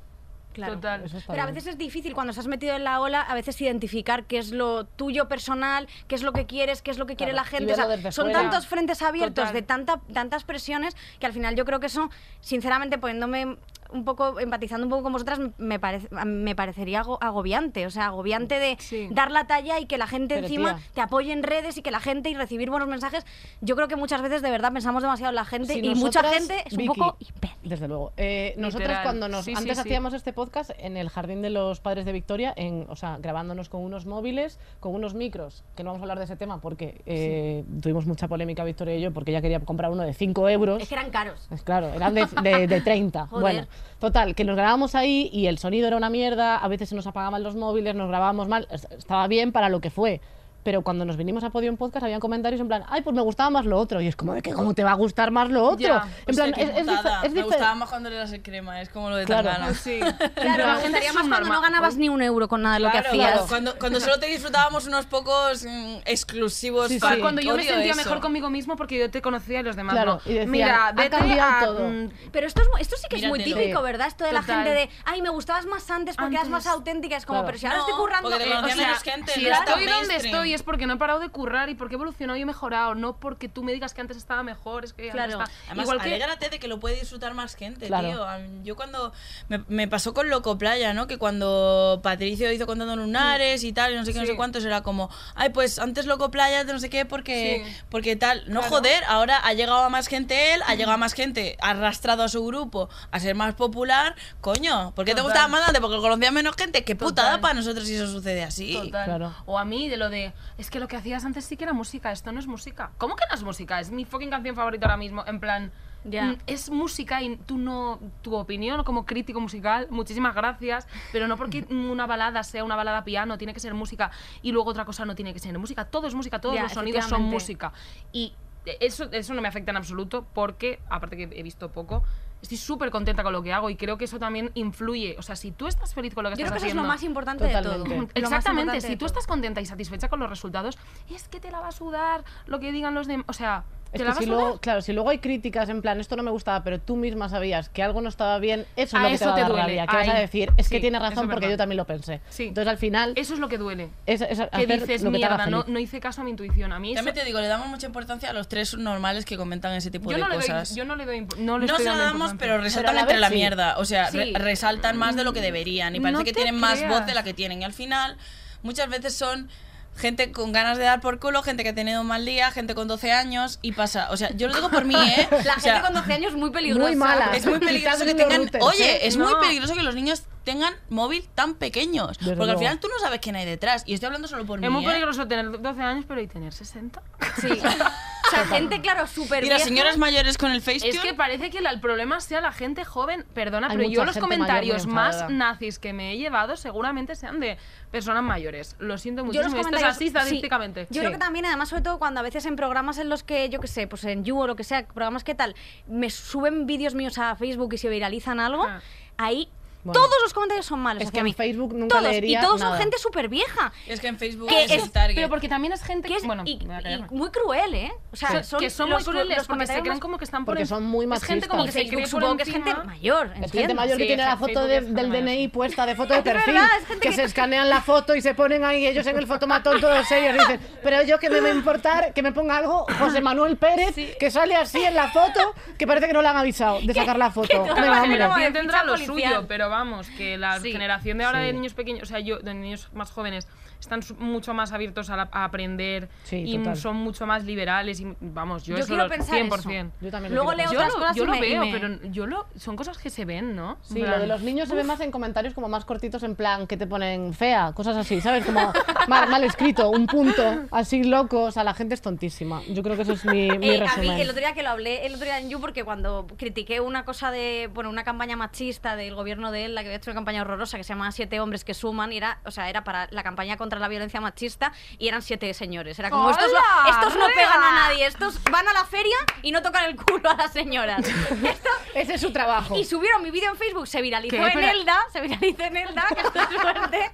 Speaker 2: claro.
Speaker 4: Total.
Speaker 3: Eso está
Speaker 2: Pero a
Speaker 3: bien.
Speaker 2: veces es difícil cuando se has metido en la ola, a veces identificar qué es lo tuyo personal, qué es lo que quieres, qué es lo que quiere
Speaker 3: Claro,
Speaker 2: la
Speaker 3: y
Speaker 2: gente. O
Speaker 3: verlo
Speaker 2: sea,
Speaker 3: desde
Speaker 2: son
Speaker 3: fuera.
Speaker 2: tantos frentes abiertos
Speaker 4: Total.
Speaker 2: de tanta, tantas presiones que al final yo creo que eso, sinceramente, poniéndome un poco, empatizando un poco con vosotras, me, parece me parecería ago- agobiante. O sea, agobiante de
Speaker 4: Sí.
Speaker 2: dar la talla y que la gente
Speaker 3: Pero,
Speaker 2: encima
Speaker 3: tía.
Speaker 2: te apoye en redes y que la gente y recibir buenos mensajes. Yo creo que muchas veces de verdad pensamos demasiado en la gente
Speaker 3: Si
Speaker 2: y mucha
Speaker 3: nosotras,
Speaker 2: gente es un
Speaker 3: Vicky,
Speaker 2: poco imbécil.
Speaker 3: Desde luego. Eh, nosotras
Speaker 4: Literal.
Speaker 3: cuando nos
Speaker 4: Sí, sí,
Speaker 3: antes
Speaker 4: sí.
Speaker 3: hacíamos este podcast en el jardín de los padres de Victoria, en, o sea, grabándonos con unos móviles, con unos micros, que no vamos a hablar de ese tema porque eh, tuvimos mucha polémica Victoria y yo porque ella quería comprar uno de 5 euros.
Speaker 2: Es que eran caros.
Speaker 3: Pues Claro, eran de, de- de 30.
Speaker 2: Joder.
Speaker 3: Bueno, total, que nos grabábamos ahí y el sonido era una mierda, a veces se nos apagaban los móviles, nos grabábamos mal, es- estaba bien para lo que fue. Pero cuando nos vinimos a Podium Podcast habían comentarios en plan, ay, pues me gustaba más lo otro. Y es como, "¿De qué? ¿cómo te va a gustar más lo otro?
Speaker 4: Ya, pues
Speaker 3: en
Speaker 5: O sea,
Speaker 3: plan,
Speaker 5: qué
Speaker 3: es, es dife-
Speaker 5: putada.
Speaker 3: es
Speaker 5: Me
Speaker 3: dife-
Speaker 5: gustaba más cuando le das el crema, es como lo de
Speaker 3: Claro.
Speaker 5: Tangana.
Speaker 4: Sí.
Speaker 2: Claro, me gustaría más cuando no ganabas ni un euro con nada de lo que
Speaker 5: Claro,
Speaker 2: hacías.
Speaker 5: Cuando, cuando solo te disfrutábamos unos pocos mm, exclusivos.
Speaker 3: Sí, sí.
Speaker 5: fan.
Speaker 4: Cuando yo me
Speaker 5: Odio
Speaker 4: sentía
Speaker 5: eso.
Speaker 4: mejor conmigo mismo porque yo te conocía y los demás
Speaker 3: Claro,
Speaker 4: no.
Speaker 3: y decían,
Speaker 4: Mira,
Speaker 3: "Ha
Speaker 4: vete
Speaker 3: cambiado
Speaker 4: a,
Speaker 3: todo".
Speaker 4: mm,
Speaker 2: Pero esto, es, mu- esto sí que es muy
Speaker 5: Míratelo.
Speaker 2: típico, ¿verdad? Esto de la
Speaker 4: Total.
Speaker 2: gente de, ay, me gustabas más antes porque eras más
Speaker 4: Antes.
Speaker 2: auténtica. Es como,
Speaker 3: Claro.
Speaker 2: pero si ahora
Speaker 5: No,
Speaker 2: estoy currando.
Speaker 5: porque te
Speaker 2: eh,
Speaker 5: conocía
Speaker 2: o sea,
Speaker 5: menos gente,
Speaker 4: si
Speaker 5: no era tan
Speaker 4: estoy donde
Speaker 5: mainstream.
Speaker 4: estoy es porque no he parado de currar y porque he evolucionado y he mejorado, no porque tú me digas que antes estaba mejor, es que ahora
Speaker 2: Claro.
Speaker 4: está-
Speaker 5: Además,
Speaker 4: Igual que
Speaker 5: alégrate de que lo puede disfrutar más gente,
Speaker 3: Claro.
Speaker 5: tío. A mí- Yo cuando... Me, me pasó con Loco Playa, ¿no? Que cuando Patricio hizo Contando Lunares y tal, y no sé qué, no
Speaker 4: Sí.
Speaker 5: sé cuántos, era como... Ay, pues antes Loco Playa, no sé qué, porque,
Speaker 4: Sí.
Speaker 5: porque tal. No joder, ahora ha llegado a más gente él, ha llegado a más gente, ha arrastrado a su grupo a ser más popular. Coño, ¿por qué te
Speaker 4: Total.
Speaker 5: gustaba más antes? Porque conocía menos gente. Qué putada
Speaker 4: Total.
Speaker 5: para nosotros si eso sucede así.
Speaker 4: Total.
Speaker 3: Claro.
Speaker 4: O a mí, de lo de, es que lo que hacías antes sí que era música, esto no es música. ¿Cómo que no es música? Es mi fucking canción favorita ahora mismo, en plan,
Speaker 2: Ya.
Speaker 4: mm, es música y tú no, tu opinión como crítico musical, muchísimas gracias, pero no porque una balada sea una balada piano, tiene que ser música, y luego otra cosa no tiene que ser música, todo es música, todos
Speaker 2: Ya,
Speaker 4: los sonidos son
Speaker 2: efectivamente.
Speaker 4: música. Y eso, eso no me afecta en absoluto porque, aparte que he visto poco, Estoy súper contenta con lo que hago y creo que eso también influye. O sea, si tú estás feliz con lo que
Speaker 2: Yo creo
Speaker 4: estás
Speaker 2: que eso es
Speaker 4: haciendo...
Speaker 2: lo más importante de todo.
Speaker 3: Totalmente.
Speaker 2: Lo más
Speaker 4: Exactamente,
Speaker 2: importante
Speaker 4: si
Speaker 2: de
Speaker 4: tú
Speaker 2: todo.
Speaker 4: estás contenta y satisfecha con los resultados, es que te la va a sudar lo que digan los demás. O sea, te
Speaker 3: Es
Speaker 4: la
Speaker 3: que
Speaker 4: va
Speaker 3: si
Speaker 4: a sudar.
Speaker 3: luego, claro, si luego hay críticas en plan, esto no me gustaba, pero tú misma sabías que algo no estaba bien, eso es
Speaker 4: A
Speaker 3: lo que
Speaker 4: eso
Speaker 3: te va a
Speaker 4: te
Speaker 3: dar
Speaker 4: duele,
Speaker 3: rabia. Que vas a
Speaker 4: ahí.
Speaker 3: decir, es que
Speaker 4: Sí,
Speaker 3: tienes
Speaker 4: eso es
Speaker 3: razón porque
Speaker 4: verdad.
Speaker 3: yo también lo pensé.
Speaker 4: Sí.
Speaker 3: Entonces al final,
Speaker 4: Eso es lo que duele.
Speaker 3: es, es
Speaker 4: Que
Speaker 3: hacer
Speaker 4: dices,
Speaker 3: lo que te haga
Speaker 4: mierda, no,
Speaker 3: feliz".
Speaker 4: no hice caso a mi intuición. A mí eso-
Speaker 5: También te digo, le damos mucha importancia a los tres normales que comentan ese tipo
Speaker 4: yo,
Speaker 5: de
Speaker 4: no le doy,
Speaker 5: cosas.
Speaker 4: yo no le doy impo- No, le
Speaker 5: No
Speaker 4: estoy
Speaker 5: se la
Speaker 4: dando
Speaker 5: damos,
Speaker 4: importancia.
Speaker 5: pero resaltan
Speaker 3: Pero a la
Speaker 5: entre
Speaker 3: vez
Speaker 5: la
Speaker 3: sí.
Speaker 5: mierda. O sea,
Speaker 4: Sí.
Speaker 5: re- resaltan más de lo que deberían. Y parece
Speaker 4: No
Speaker 5: que
Speaker 4: te
Speaker 5: tienen más
Speaker 4: creas.
Speaker 5: voz de la que tienen. Y al final, muchas veces son gente con ganas de dar por culo, gente que ha tenido un mal día, gente con 12 años y pasa. O sea, yo lo digo por mí, ¿eh?
Speaker 2: La
Speaker 5: O sea,
Speaker 2: gente con 12 años es muy peligrosa.
Speaker 3: Muy mala.
Speaker 5: es muy peligroso
Speaker 3: Quitando
Speaker 5: que
Speaker 3: los
Speaker 5: tengan.
Speaker 3: routers,
Speaker 5: Oye,
Speaker 3: ¿eh?
Speaker 5: es
Speaker 4: No.
Speaker 5: muy peligroso que los niños tengan móvil tan pequeños.
Speaker 3: Desde
Speaker 5: Porque al
Speaker 3: luego.
Speaker 5: final tú no sabes quién hay detrás. Y estoy hablando solo por
Speaker 4: Es
Speaker 5: mí.
Speaker 4: muy
Speaker 5: ¿eh?
Speaker 4: peligroso tener 12 años, pero y tener 60.
Speaker 2: Sí. O sea, gente, claro, súper
Speaker 5: Y las
Speaker 2: vieja.
Speaker 5: señoras mayores con el FaceTune.
Speaker 4: Es que parece que la- el problema sea la gente joven. Perdona,
Speaker 3: Hay
Speaker 4: pero
Speaker 3: mucha
Speaker 4: yo los
Speaker 3: gente mayor muy
Speaker 4: comentarios más
Speaker 3: enfadada.
Speaker 4: nazis que me he llevado seguramente sean de personas mayores. Lo siento
Speaker 2: Yo los
Speaker 4: muchísimo. Esto es
Speaker 2: comentarios-
Speaker 4: así
Speaker 2: sí.
Speaker 4: estadísticamente.
Speaker 2: Yo creo que también, además, sobre todo cuando a veces en programas en los que, yo qué sé, pues en You o lo que sea, programas que tal, me suben vídeos míos a Facebook y se viralizan algo,
Speaker 4: Ah.
Speaker 2: ahí
Speaker 3: Bueno.
Speaker 2: todos los comentarios son malos.
Speaker 3: Es
Speaker 2: hacia
Speaker 3: que en
Speaker 2: mí.
Speaker 3: Facebook nunca
Speaker 2: todos,
Speaker 3: leería
Speaker 2: Y todos
Speaker 3: nada.
Speaker 2: son gente súper vieja.
Speaker 5: Es que en Facebook
Speaker 2: Que
Speaker 5: es,
Speaker 2: es-
Speaker 5: el target.
Speaker 4: Pero porque también es gente
Speaker 2: Que es,
Speaker 4: bueno,
Speaker 2: y,
Speaker 4: me voy a callarme.
Speaker 2: y muy cruel, ¿eh? O sea,
Speaker 4: Sí, que son muy
Speaker 2: los-
Speaker 4: crueles
Speaker 2: los
Speaker 4: porque se
Speaker 2: comentarios
Speaker 4: creen
Speaker 2: más-
Speaker 4: como que están por
Speaker 3: porque
Speaker 4: en-
Speaker 3: son muy
Speaker 4: Es gente
Speaker 3: machistas.
Speaker 4: como
Speaker 2: Porque
Speaker 4: que se
Speaker 2: Facebook
Speaker 4: cree por
Speaker 2: supongo que es
Speaker 4: encima.
Speaker 2: gente mayor,
Speaker 3: Es gente
Speaker 2: entiendo.
Speaker 3: mayor que
Speaker 4: Sí,
Speaker 3: tiene
Speaker 4: es
Speaker 3: la
Speaker 4: que
Speaker 3: foto
Speaker 4: Facebook
Speaker 3: de-
Speaker 4: es
Speaker 3: del
Speaker 4: fenomenal,
Speaker 3: DNI
Speaker 4: sí.
Speaker 3: puesta de foto de
Speaker 2: Es verdad,
Speaker 3: perfil.
Speaker 2: es gente
Speaker 3: que,
Speaker 2: que-
Speaker 3: se escanean la foto y se ponen ahí ellos en el fotomatón todos ellos. Dicen, pero yo que me va a importar que me ponga algo José Manuel Pérez que sale así en la foto que parece que no le han avisado de sacar la foto.
Speaker 2: toda
Speaker 4: Cada
Speaker 3: Venga, hombre.
Speaker 2: manera
Speaker 4: generación
Speaker 2: de
Speaker 4: tendrá
Speaker 2: ficha
Speaker 4: lo
Speaker 2: policial.
Speaker 4: suyo, pero vamos, que la
Speaker 2: Sí.
Speaker 4: generación de ahora
Speaker 3: Sí.
Speaker 4: de niños pequeños, o sea, yo, de niños más jóvenes, están su- mucho más abiertos a, la- a aprender
Speaker 3: Sí,
Speaker 4: y
Speaker 3: total.
Speaker 4: son mucho más liberales y, vamos, yo,
Speaker 2: Yo
Speaker 4: eso
Speaker 2: quiero
Speaker 4: lo-
Speaker 2: pensar
Speaker 4: 100%.
Speaker 3: Yo también lo
Speaker 2: Luego
Speaker 3: quiero
Speaker 2: leo
Speaker 4: Yo
Speaker 2: otras
Speaker 4: lo,
Speaker 2: cosas
Speaker 4: yo
Speaker 2: y
Speaker 4: lo
Speaker 2: me- y
Speaker 4: veo,
Speaker 2: me-
Speaker 4: pero yo lo, son cosas que se ven, ¿no? En
Speaker 3: Sí, lo
Speaker 4: plan,
Speaker 3: de los niños se ve más en comentarios como más cortitos en plan que te ponen fea, cosas así, ¿sabes? Como mal, mal escrito, un punto, así loco, o sea, la gente es tontísima. Yo creo que eso es mi, mi
Speaker 2: Eh, a
Speaker 3: resumen.
Speaker 2: mí, el otro día que lo hablé, el otro día en You, porque cuando critiqué una cosa de, bueno, una campaña machista del gobierno de de él, la que había hecho una campaña horrorosa que se llamaba Siete hombres que suman, y era, o sea, era para la campaña contra la violencia machista y eran siete señores. Era como, estos, no-
Speaker 4: ¡Hala!
Speaker 2: estos no
Speaker 4: ¡Arriba!
Speaker 2: pegan a nadie, estos van a la feria y no tocan el culo a las señoras. Esto-
Speaker 3: Ese es su trabajo.
Speaker 2: y subieron mi vídeo en Facebook, se viralizó
Speaker 3: ¿Qué?
Speaker 2: en
Speaker 3: Pero-
Speaker 2: Elda, se viralizó en Elda, que esto es suerte.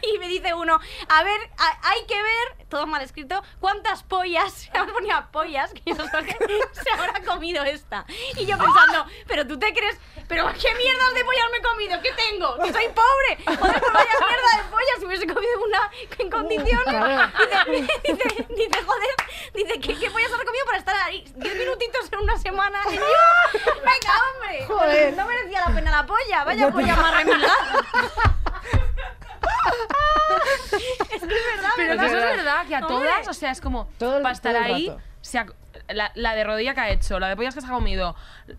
Speaker 2: Y me dice uno, a ver, a- hay que ver, todo mal escrito, cuántas pollas, se han ponido a pollas, que yo no sé por qué, se habrá comido esta. Y yo pensando, pero tú te crees, pero qué mierdas de pollas me he comido, ¿qué tengo? Que soy pobre. Joder, pues vaya mierda de pollas, si hubiese comido una en condiciones.
Speaker 3: claro.
Speaker 2: Dice, dice, dice, joder, dice, ¿qué, qué pollas has comido para estar ahí 10 minutitos en una semana? Y yo, venga, hombre.
Speaker 3: Joder.
Speaker 2: No merecía la pena la polla, vaya polla más remilgada. es que es verdad,
Speaker 4: Pero
Speaker 2: ¿verdad?
Speaker 4: que eso es verdad, que a
Speaker 2: Hombre.
Speaker 4: todas, o sea, es como
Speaker 3: Todo el-
Speaker 4: para estar
Speaker 3: todo el
Speaker 4: ahí,
Speaker 3: rato.
Speaker 4: se ac- la, la de rodilla que ha hecho, la de pollas que se ha comido.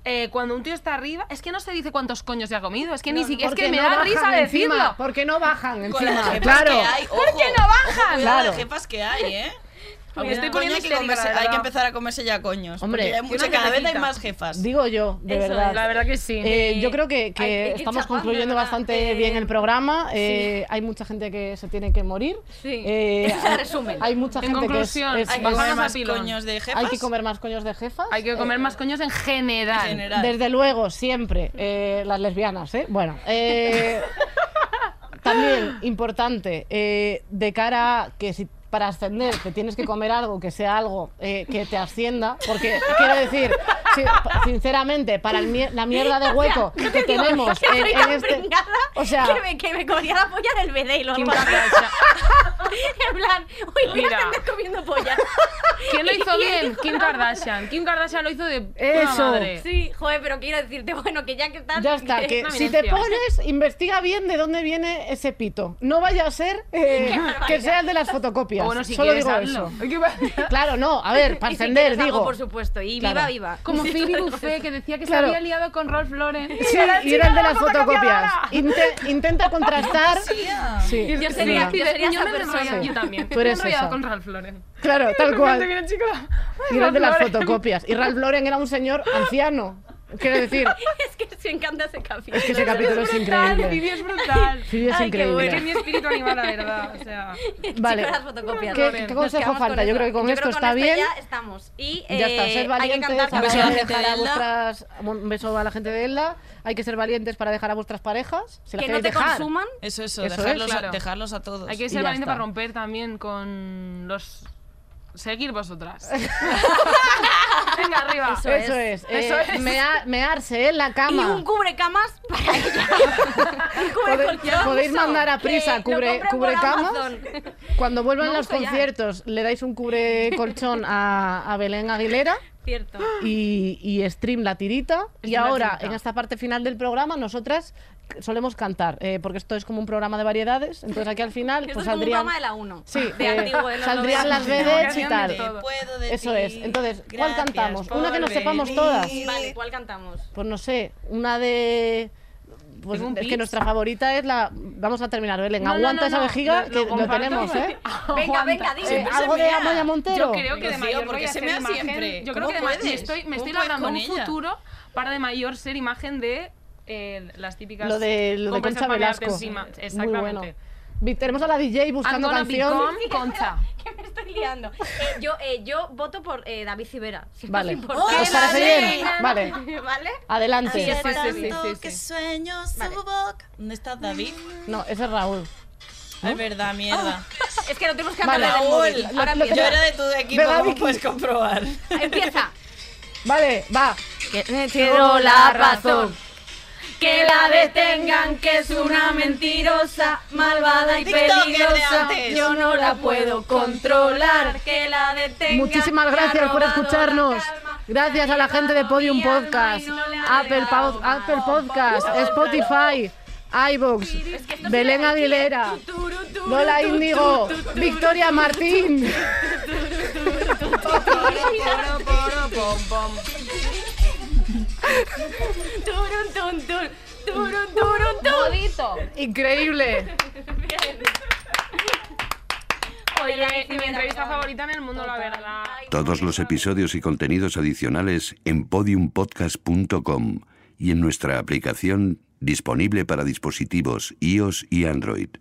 Speaker 4: eh, cuando un tío está arriba, es que no se dice cuántos coños se ha comido, es que ni siquiera, es
Speaker 3: Porque
Speaker 4: que me
Speaker 3: no
Speaker 4: da
Speaker 3: bajan encima,
Speaker 4: risa decirlo.
Speaker 3: Porque no bajan
Speaker 5: Con las
Speaker 3: encima.
Speaker 5: jefas
Speaker 3: Claro.
Speaker 5: que hay,
Speaker 4: ¿Por qué
Speaker 5: ojo,
Speaker 4: no
Speaker 5: ojo,
Speaker 4: bajan?
Speaker 5: cuidado de
Speaker 3: Claro.
Speaker 5: jefas que hay, ¿eh?
Speaker 4: Me estoy
Speaker 5: Coño,
Speaker 4: poniendo
Speaker 5: hay que,
Speaker 4: histérica,
Speaker 5: comerse-
Speaker 4: la verdad.
Speaker 5: hay que empezar a comerse ya coños.
Speaker 3: Hombre,
Speaker 5: porque ya hay
Speaker 4: una
Speaker 5: mucha- cada vez hay
Speaker 4: jefecita.
Speaker 5: más jefas.
Speaker 3: Digo yo, de
Speaker 2: Eso es,
Speaker 3: verdad.
Speaker 4: La verdad que sí.
Speaker 3: Eh, yo creo que,
Speaker 2: hay-
Speaker 3: que
Speaker 2: hay que ir
Speaker 3: estamos
Speaker 2: chapando,
Speaker 3: concluyendo
Speaker 2: ¿verdad?
Speaker 3: bastante
Speaker 2: Eh,
Speaker 3: bien el programa. Eh, Hay mucha gente que se tiene que morir.
Speaker 2: Sí.
Speaker 3: Eh,
Speaker 2: Ese es el
Speaker 3: hay-
Speaker 2: resumen.
Speaker 3: Hay mucha
Speaker 4: En
Speaker 3: gente
Speaker 4: conclusión,
Speaker 3: que es- es-
Speaker 5: Hay que
Speaker 4: Vamos
Speaker 5: comer
Speaker 4: a
Speaker 5: más
Speaker 4: pilón.
Speaker 5: coños de jefas.
Speaker 3: hay que comer más coños de jefas.
Speaker 4: Hay que comer más coños en
Speaker 5: en
Speaker 4: general.
Speaker 5: general.
Speaker 3: Desde luego, siempre. eh, las lesbianas, ¿eh? Bueno. eh, también, importante, eh, de cara a que si para ascender te tienes que comer algo que sea algo eh, que te ascienda, porque quiero decir, si- sinceramente, para el mie- la mierda de hueco
Speaker 2: No
Speaker 3: que
Speaker 2: te digo,
Speaker 3: tenemos
Speaker 2: que
Speaker 3: en,
Speaker 2: soy
Speaker 3: en
Speaker 2: tan
Speaker 3: este...
Speaker 2: pringada
Speaker 3: O sea,
Speaker 2: que me, que me comía la polla del Bedeiro.
Speaker 4: Kim
Speaker 2: algo así.
Speaker 4: Kardashian.
Speaker 2: en plan, uy, mira,
Speaker 4: Mira.
Speaker 2: te andas comiendo polla.
Speaker 4: ¿Quién lo hizo
Speaker 2: Y el
Speaker 4: bien?
Speaker 2: hijo
Speaker 4: Kim
Speaker 2: de la-
Speaker 4: Kardashian. Kim Kardashian lo hizo de puta
Speaker 3: Eso.
Speaker 4: madre.
Speaker 2: Sí, joder, pero quiero decirte, bueno, que ya que estás...
Speaker 3: ya está, que
Speaker 4: una
Speaker 3: si te
Speaker 4: evidencia.
Speaker 3: pones, investiga bien de dónde viene ese pito. No vaya a ser eh, que sea el de las fotocopias.
Speaker 4: O bueno, si
Speaker 3: Solo
Speaker 4: quieres,
Speaker 3: digo
Speaker 4: hazlo.
Speaker 3: eso. Claro, no, a ver, para
Speaker 2: Y si
Speaker 3: ascender,
Speaker 2: quieres algo,
Speaker 3: digo.
Speaker 2: por supuesto, y
Speaker 3: Claro.
Speaker 2: viva, viva.
Speaker 4: Como Phoebe Buffet, que decía que
Speaker 3: Claro.
Speaker 4: se había liado con Rolf Lauren.
Speaker 3: Sí, y era el de las fotocopias. Inte- intenta contrastar. Sí,
Speaker 2: Yo
Speaker 4: Sí,
Speaker 2: sería, yo
Speaker 4: sí,
Speaker 2: sería
Speaker 4: yo
Speaker 2: esa
Speaker 4: me he enrollado,
Speaker 2: persona.
Speaker 4: Yo también.
Speaker 3: Tú eres
Speaker 4: me he enrollado
Speaker 3: esa.
Speaker 4: con Ralph Lauren.
Speaker 3: claro, tal
Speaker 4: De repente
Speaker 3: cual.
Speaker 4: viene chico, "Ay,
Speaker 3: Y era el de las
Speaker 4: Ralph Lauren".
Speaker 3: fotocopias. Y Ralph Lauren era un señor anciano. Quiero decir,
Speaker 2: Es que se encanta ese capítulo.
Speaker 3: es que ese capítulo es
Speaker 4: Brutal, Phoebe
Speaker 3: increíble.
Speaker 4: es brutal.
Speaker 3: Sí, es
Speaker 2: Ay, qué
Speaker 4: Que es
Speaker 3: increíble. Pues
Speaker 4: mi espíritu animal, la verdad. O sea,
Speaker 3: Vale.
Speaker 2: Chicos, las fotocopias.
Speaker 3: ¿Qué-
Speaker 2: Nos
Speaker 3: qué consejo
Speaker 2: quedamos
Speaker 3: falta?
Speaker 2: con
Speaker 3: Yo
Speaker 2: esto.
Speaker 3: creo que con esto
Speaker 2: con
Speaker 3: está bien.
Speaker 2: Ya estamos. Y
Speaker 3: Ya está,
Speaker 2: eh,
Speaker 3: ser
Speaker 2: hay que
Speaker 3: valientes
Speaker 2: cantar
Speaker 3: para
Speaker 5: beso a la gente
Speaker 3: dejar
Speaker 5: de
Speaker 3: a
Speaker 5: Elda.
Speaker 3: vuestras... Un beso a la gente de Elda. Hay que ser valientes para dejar a vuestras parejas. Si las
Speaker 2: que no
Speaker 3: queréis
Speaker 2: te
Speaker 3: dejar.
Speaker 2: consuman.
Speaker 5: Eso,
Speaker 3: Eso
Speaker 5: eso,
Speaker 3: es,
Speaker 5: dejarlos,
Speaker 4: claro.
Speaker 5: a, dejarlos a todos.
Speaker 4: hay que
Speaker 3: Y ya
Speaker 4: ser valiente
Speaker 3: está.
Speaker 4: para romper también con los. Seguir vosotras. Venga, arriba.
Speaker 2: Eso
Speaker 3: Eso
Speaker 2: es.
Speaker 3: es.
Speaker 4: Eso
Speaker 3: eh,
Speaker 4: es.
Speaker 3: mea- mearse en eh, la
Speaker 2: Y
Speaker 3: cama.
Speaker 2: un cubre camas para ella. un cubre
Speaker 3: Podéis-
Speaker 2: colchón.
Speaker 3: podéis mandar a
Speaker 2: Que
Speaker 3: prisa
Speaker 2: lo
Speaker 3: cubre-
Speaker 2: compran
Speaker 3: cubre
Speaker 2: por
Speaker 3: camas.
Speaker 2: Amazon.
Speaker 3: Cuando vuelvan
Speaker 2: Me
Speaker 3: los
Speaker 2: gusta ya.
Speaker 3: conciertos, le dais un cubre colchón a, a Belén Aguilera
Speaker 2: Cierto.
Speaker 3: Pues y, y stream la tirita. y
Speaker 4: Stream la
Speaker 3: ahora,
Speaker 4: tirita.
Speaker 3: en esta parte final del programa, nosotras solemos cantar, eh, porque esto es como un programa de variedades. Entonces aquí al final
Speaker 2: Esto
Speaker 3: pues
Speaker 2: es como un
Speaker 3: saldrían,
Speaker 2: programa de la 1.
Speaker 3: Sí,
Speaker 2: de
Speaker 3: eh,
Speaker 2: antiguo, de los 90.
Speaker 3: saldrían las vedettes y
Speaker 4: Canción de
Speaker 3: tal.
Speaker 4: todo.
Speaker 5: Puedo decir,
Speaker 3: Eso es. Entonces, ¿cuál
Speaker 5: gracias
Speaker 3: cantamos? Una
Speaker 5: por
Speaker 3: que nos sepamos
Speaker 5: venir.
Speaker 3: todas.
Speaker 2: Vale, ¿cuál cantamos?
Speaker 3: Pues no sé, una de... Pues
Speaker 4: Tengo un
Speaker 3: es que
Speaker 4: pis.
Speaker 3: nuestra favorita es la... Vamos a terminar, Belén.
Speaker 4: No, no,
Speaker 3: Aguanta
Speaker 4: no,
Speaker 3: esa
Speaker 4: no.
Speaker 3: vejiga,
Speaker 4: Lo-
Speaker 3: que
Speaker 4: lo
Speaker 3: lo,
Speaker 4: comparto.
Speaker 3: tenemos, ¿eh?
Speaker 2: Venga,
Speaker 4: Aguanta.
Speaker 2: venga, dime.
Speaker 3: Eh,
Speaker 5: se
Speaker 3: algo de
Speaker 5: mea.
Speaker 3: Amaya Montero.
Speaker 4: Yo creo que de
Speaker 5: Rocío,
Speaker 4: mayor voy
Speaker 5: porque
Speaker 4: a
Speaker 5: se
Speaker 4: ser
Speaker 5: mea
Speaker 4: imagen.
Speaker 5: siempre.
Speaker 4: Yo creo
Speaker 5: ¿Cómo
Speaker 4: que de ma- me
Speaker 5: puedes?
Speaker 4: estoy, me
Speaker 5: ¿Cómo
Speaker 4: estoy
Speaker 5: puedes
Speaker 4: labrando
Speaker 5: con
Speaker 4: un
Speaker 5: ella?
Speaker 4: futuro para de mayor ser imagen de eh, las típicas.
Speaker 3: Lo de, lo de
Speaker 4: compras
Speaker 3: Concha
Speaker 4: para mearte
Speaker 3: Velasco.
Speaker 4: encima.
Speaker 3: Muy
Speaker 4: Exactamente.
Speaker 3: bueno. Vi- Tenemos a la DJ buscando
Speaker 4: Andona
Speaker 3: canción.
Speaker 4: Bicom, Concha.
Speaker 2: Que me estoy liando. Eh, yo, eh, yo voto por eh, David Civera. Si no
Speaker 3: Vale.
Speaker 2: os importa.
Speaker 5: ¡Oh,
Speaker 3: ¿Os parece
Speaker 5: la
Speaker 3: bien?
Speaker 5: reina!
Speaker 3: Vale.
Speaker 2: ¿Vale?
Speaker 3: Adelante.
Speaker 5: Hace
Speaker 4: Sí, sí, sí, sí,
Speaker 5: tanto
Speaker 4: sí, sí.
Speaker 5: que sueño su
Speaker 2: Vale.
Speaker 5: boca. ¿Dónde está David?
Speaker 3: No, ese es Raúl.
Speaker 5: Es verdad, mierda.
Speaker 2: Es que lo tenemos que
Speaker 3: Vale.
Speaker 2: hablar del móvil.
Speaker 5: Raúl,
Speaker 2: Ahora
Speaker 3: lo-
Speaker 5: Yo
Speaker 3: Pero-
Speaker 2: empieza.
Speaker 5: era de tu equipo,
Speaker 3: Venga,
Speaker 5: como
Speaker 3: Vicky.
Speaker 5: puedes comprobar.
Speaker 2: Empieza.
Speaker 3: Vale, va.
Speaker 2: Que me quedó la razón. Que la detengan, que es una mentirosa, malvada y
Speaker 5: TikToker de
Speaker 2: peligrosa.
Speaker 5: antes.
Speaker 2: Yo no la puedo controlar. Que la detengan.
Speaker 3: Muchísimas
Speaker 2: que ha
Speaker 3: gracias por
Speaker 2: robado
Speaker 3: escucharnos.
Speaker 2: la calma.
Speaker 3: Gracias a la gente de Podium
Speaker 2: Mi alma y
Speaker 3: Podcast,
Speaker 2: no le ha
Speaker 3: Apple,
Speaker 2: regalado
Speaker 3: Pau-
Speaker 2: nada.
Speaker 3: Apple Podcast, Spotify, iVoox,
Speaker 2: Es que esto se
Speaker 3: Belén
Speaker 2: llama-
Speaker 3: Aguilera,
Speaker 2: Tu, tu, ru, tu,
Speaker 3: Lola
Speaker 2: ru, tu,
Speaker 3: Índigo,
Speaker 2: tu, tu, tu,
Speaker 3: Victoria Martín.
Speaker 2: turun, tun, tun, turun, turun, tun.
Speaker 3: Increíble.
Speaker 2: Oye,
Speaker 4: Eh,
Speaker 2: sí,
Speaker 4: Mi
Speaker 2: mira,
Speaker 4: entrevista
Speaker 2: mira.
Speaker 4: favorita en el mundo, la verdad.
Speaker 2: Ay, cómo
Speaker 6: Todos
Speaker 2: me
Speaker 6: los
Speaker 2: sabe.
Speaker 6: episodios y contenidos adicionales en podiumpodcast.com y en nuestra aplicación Disponible para dispositivos iOS y Android.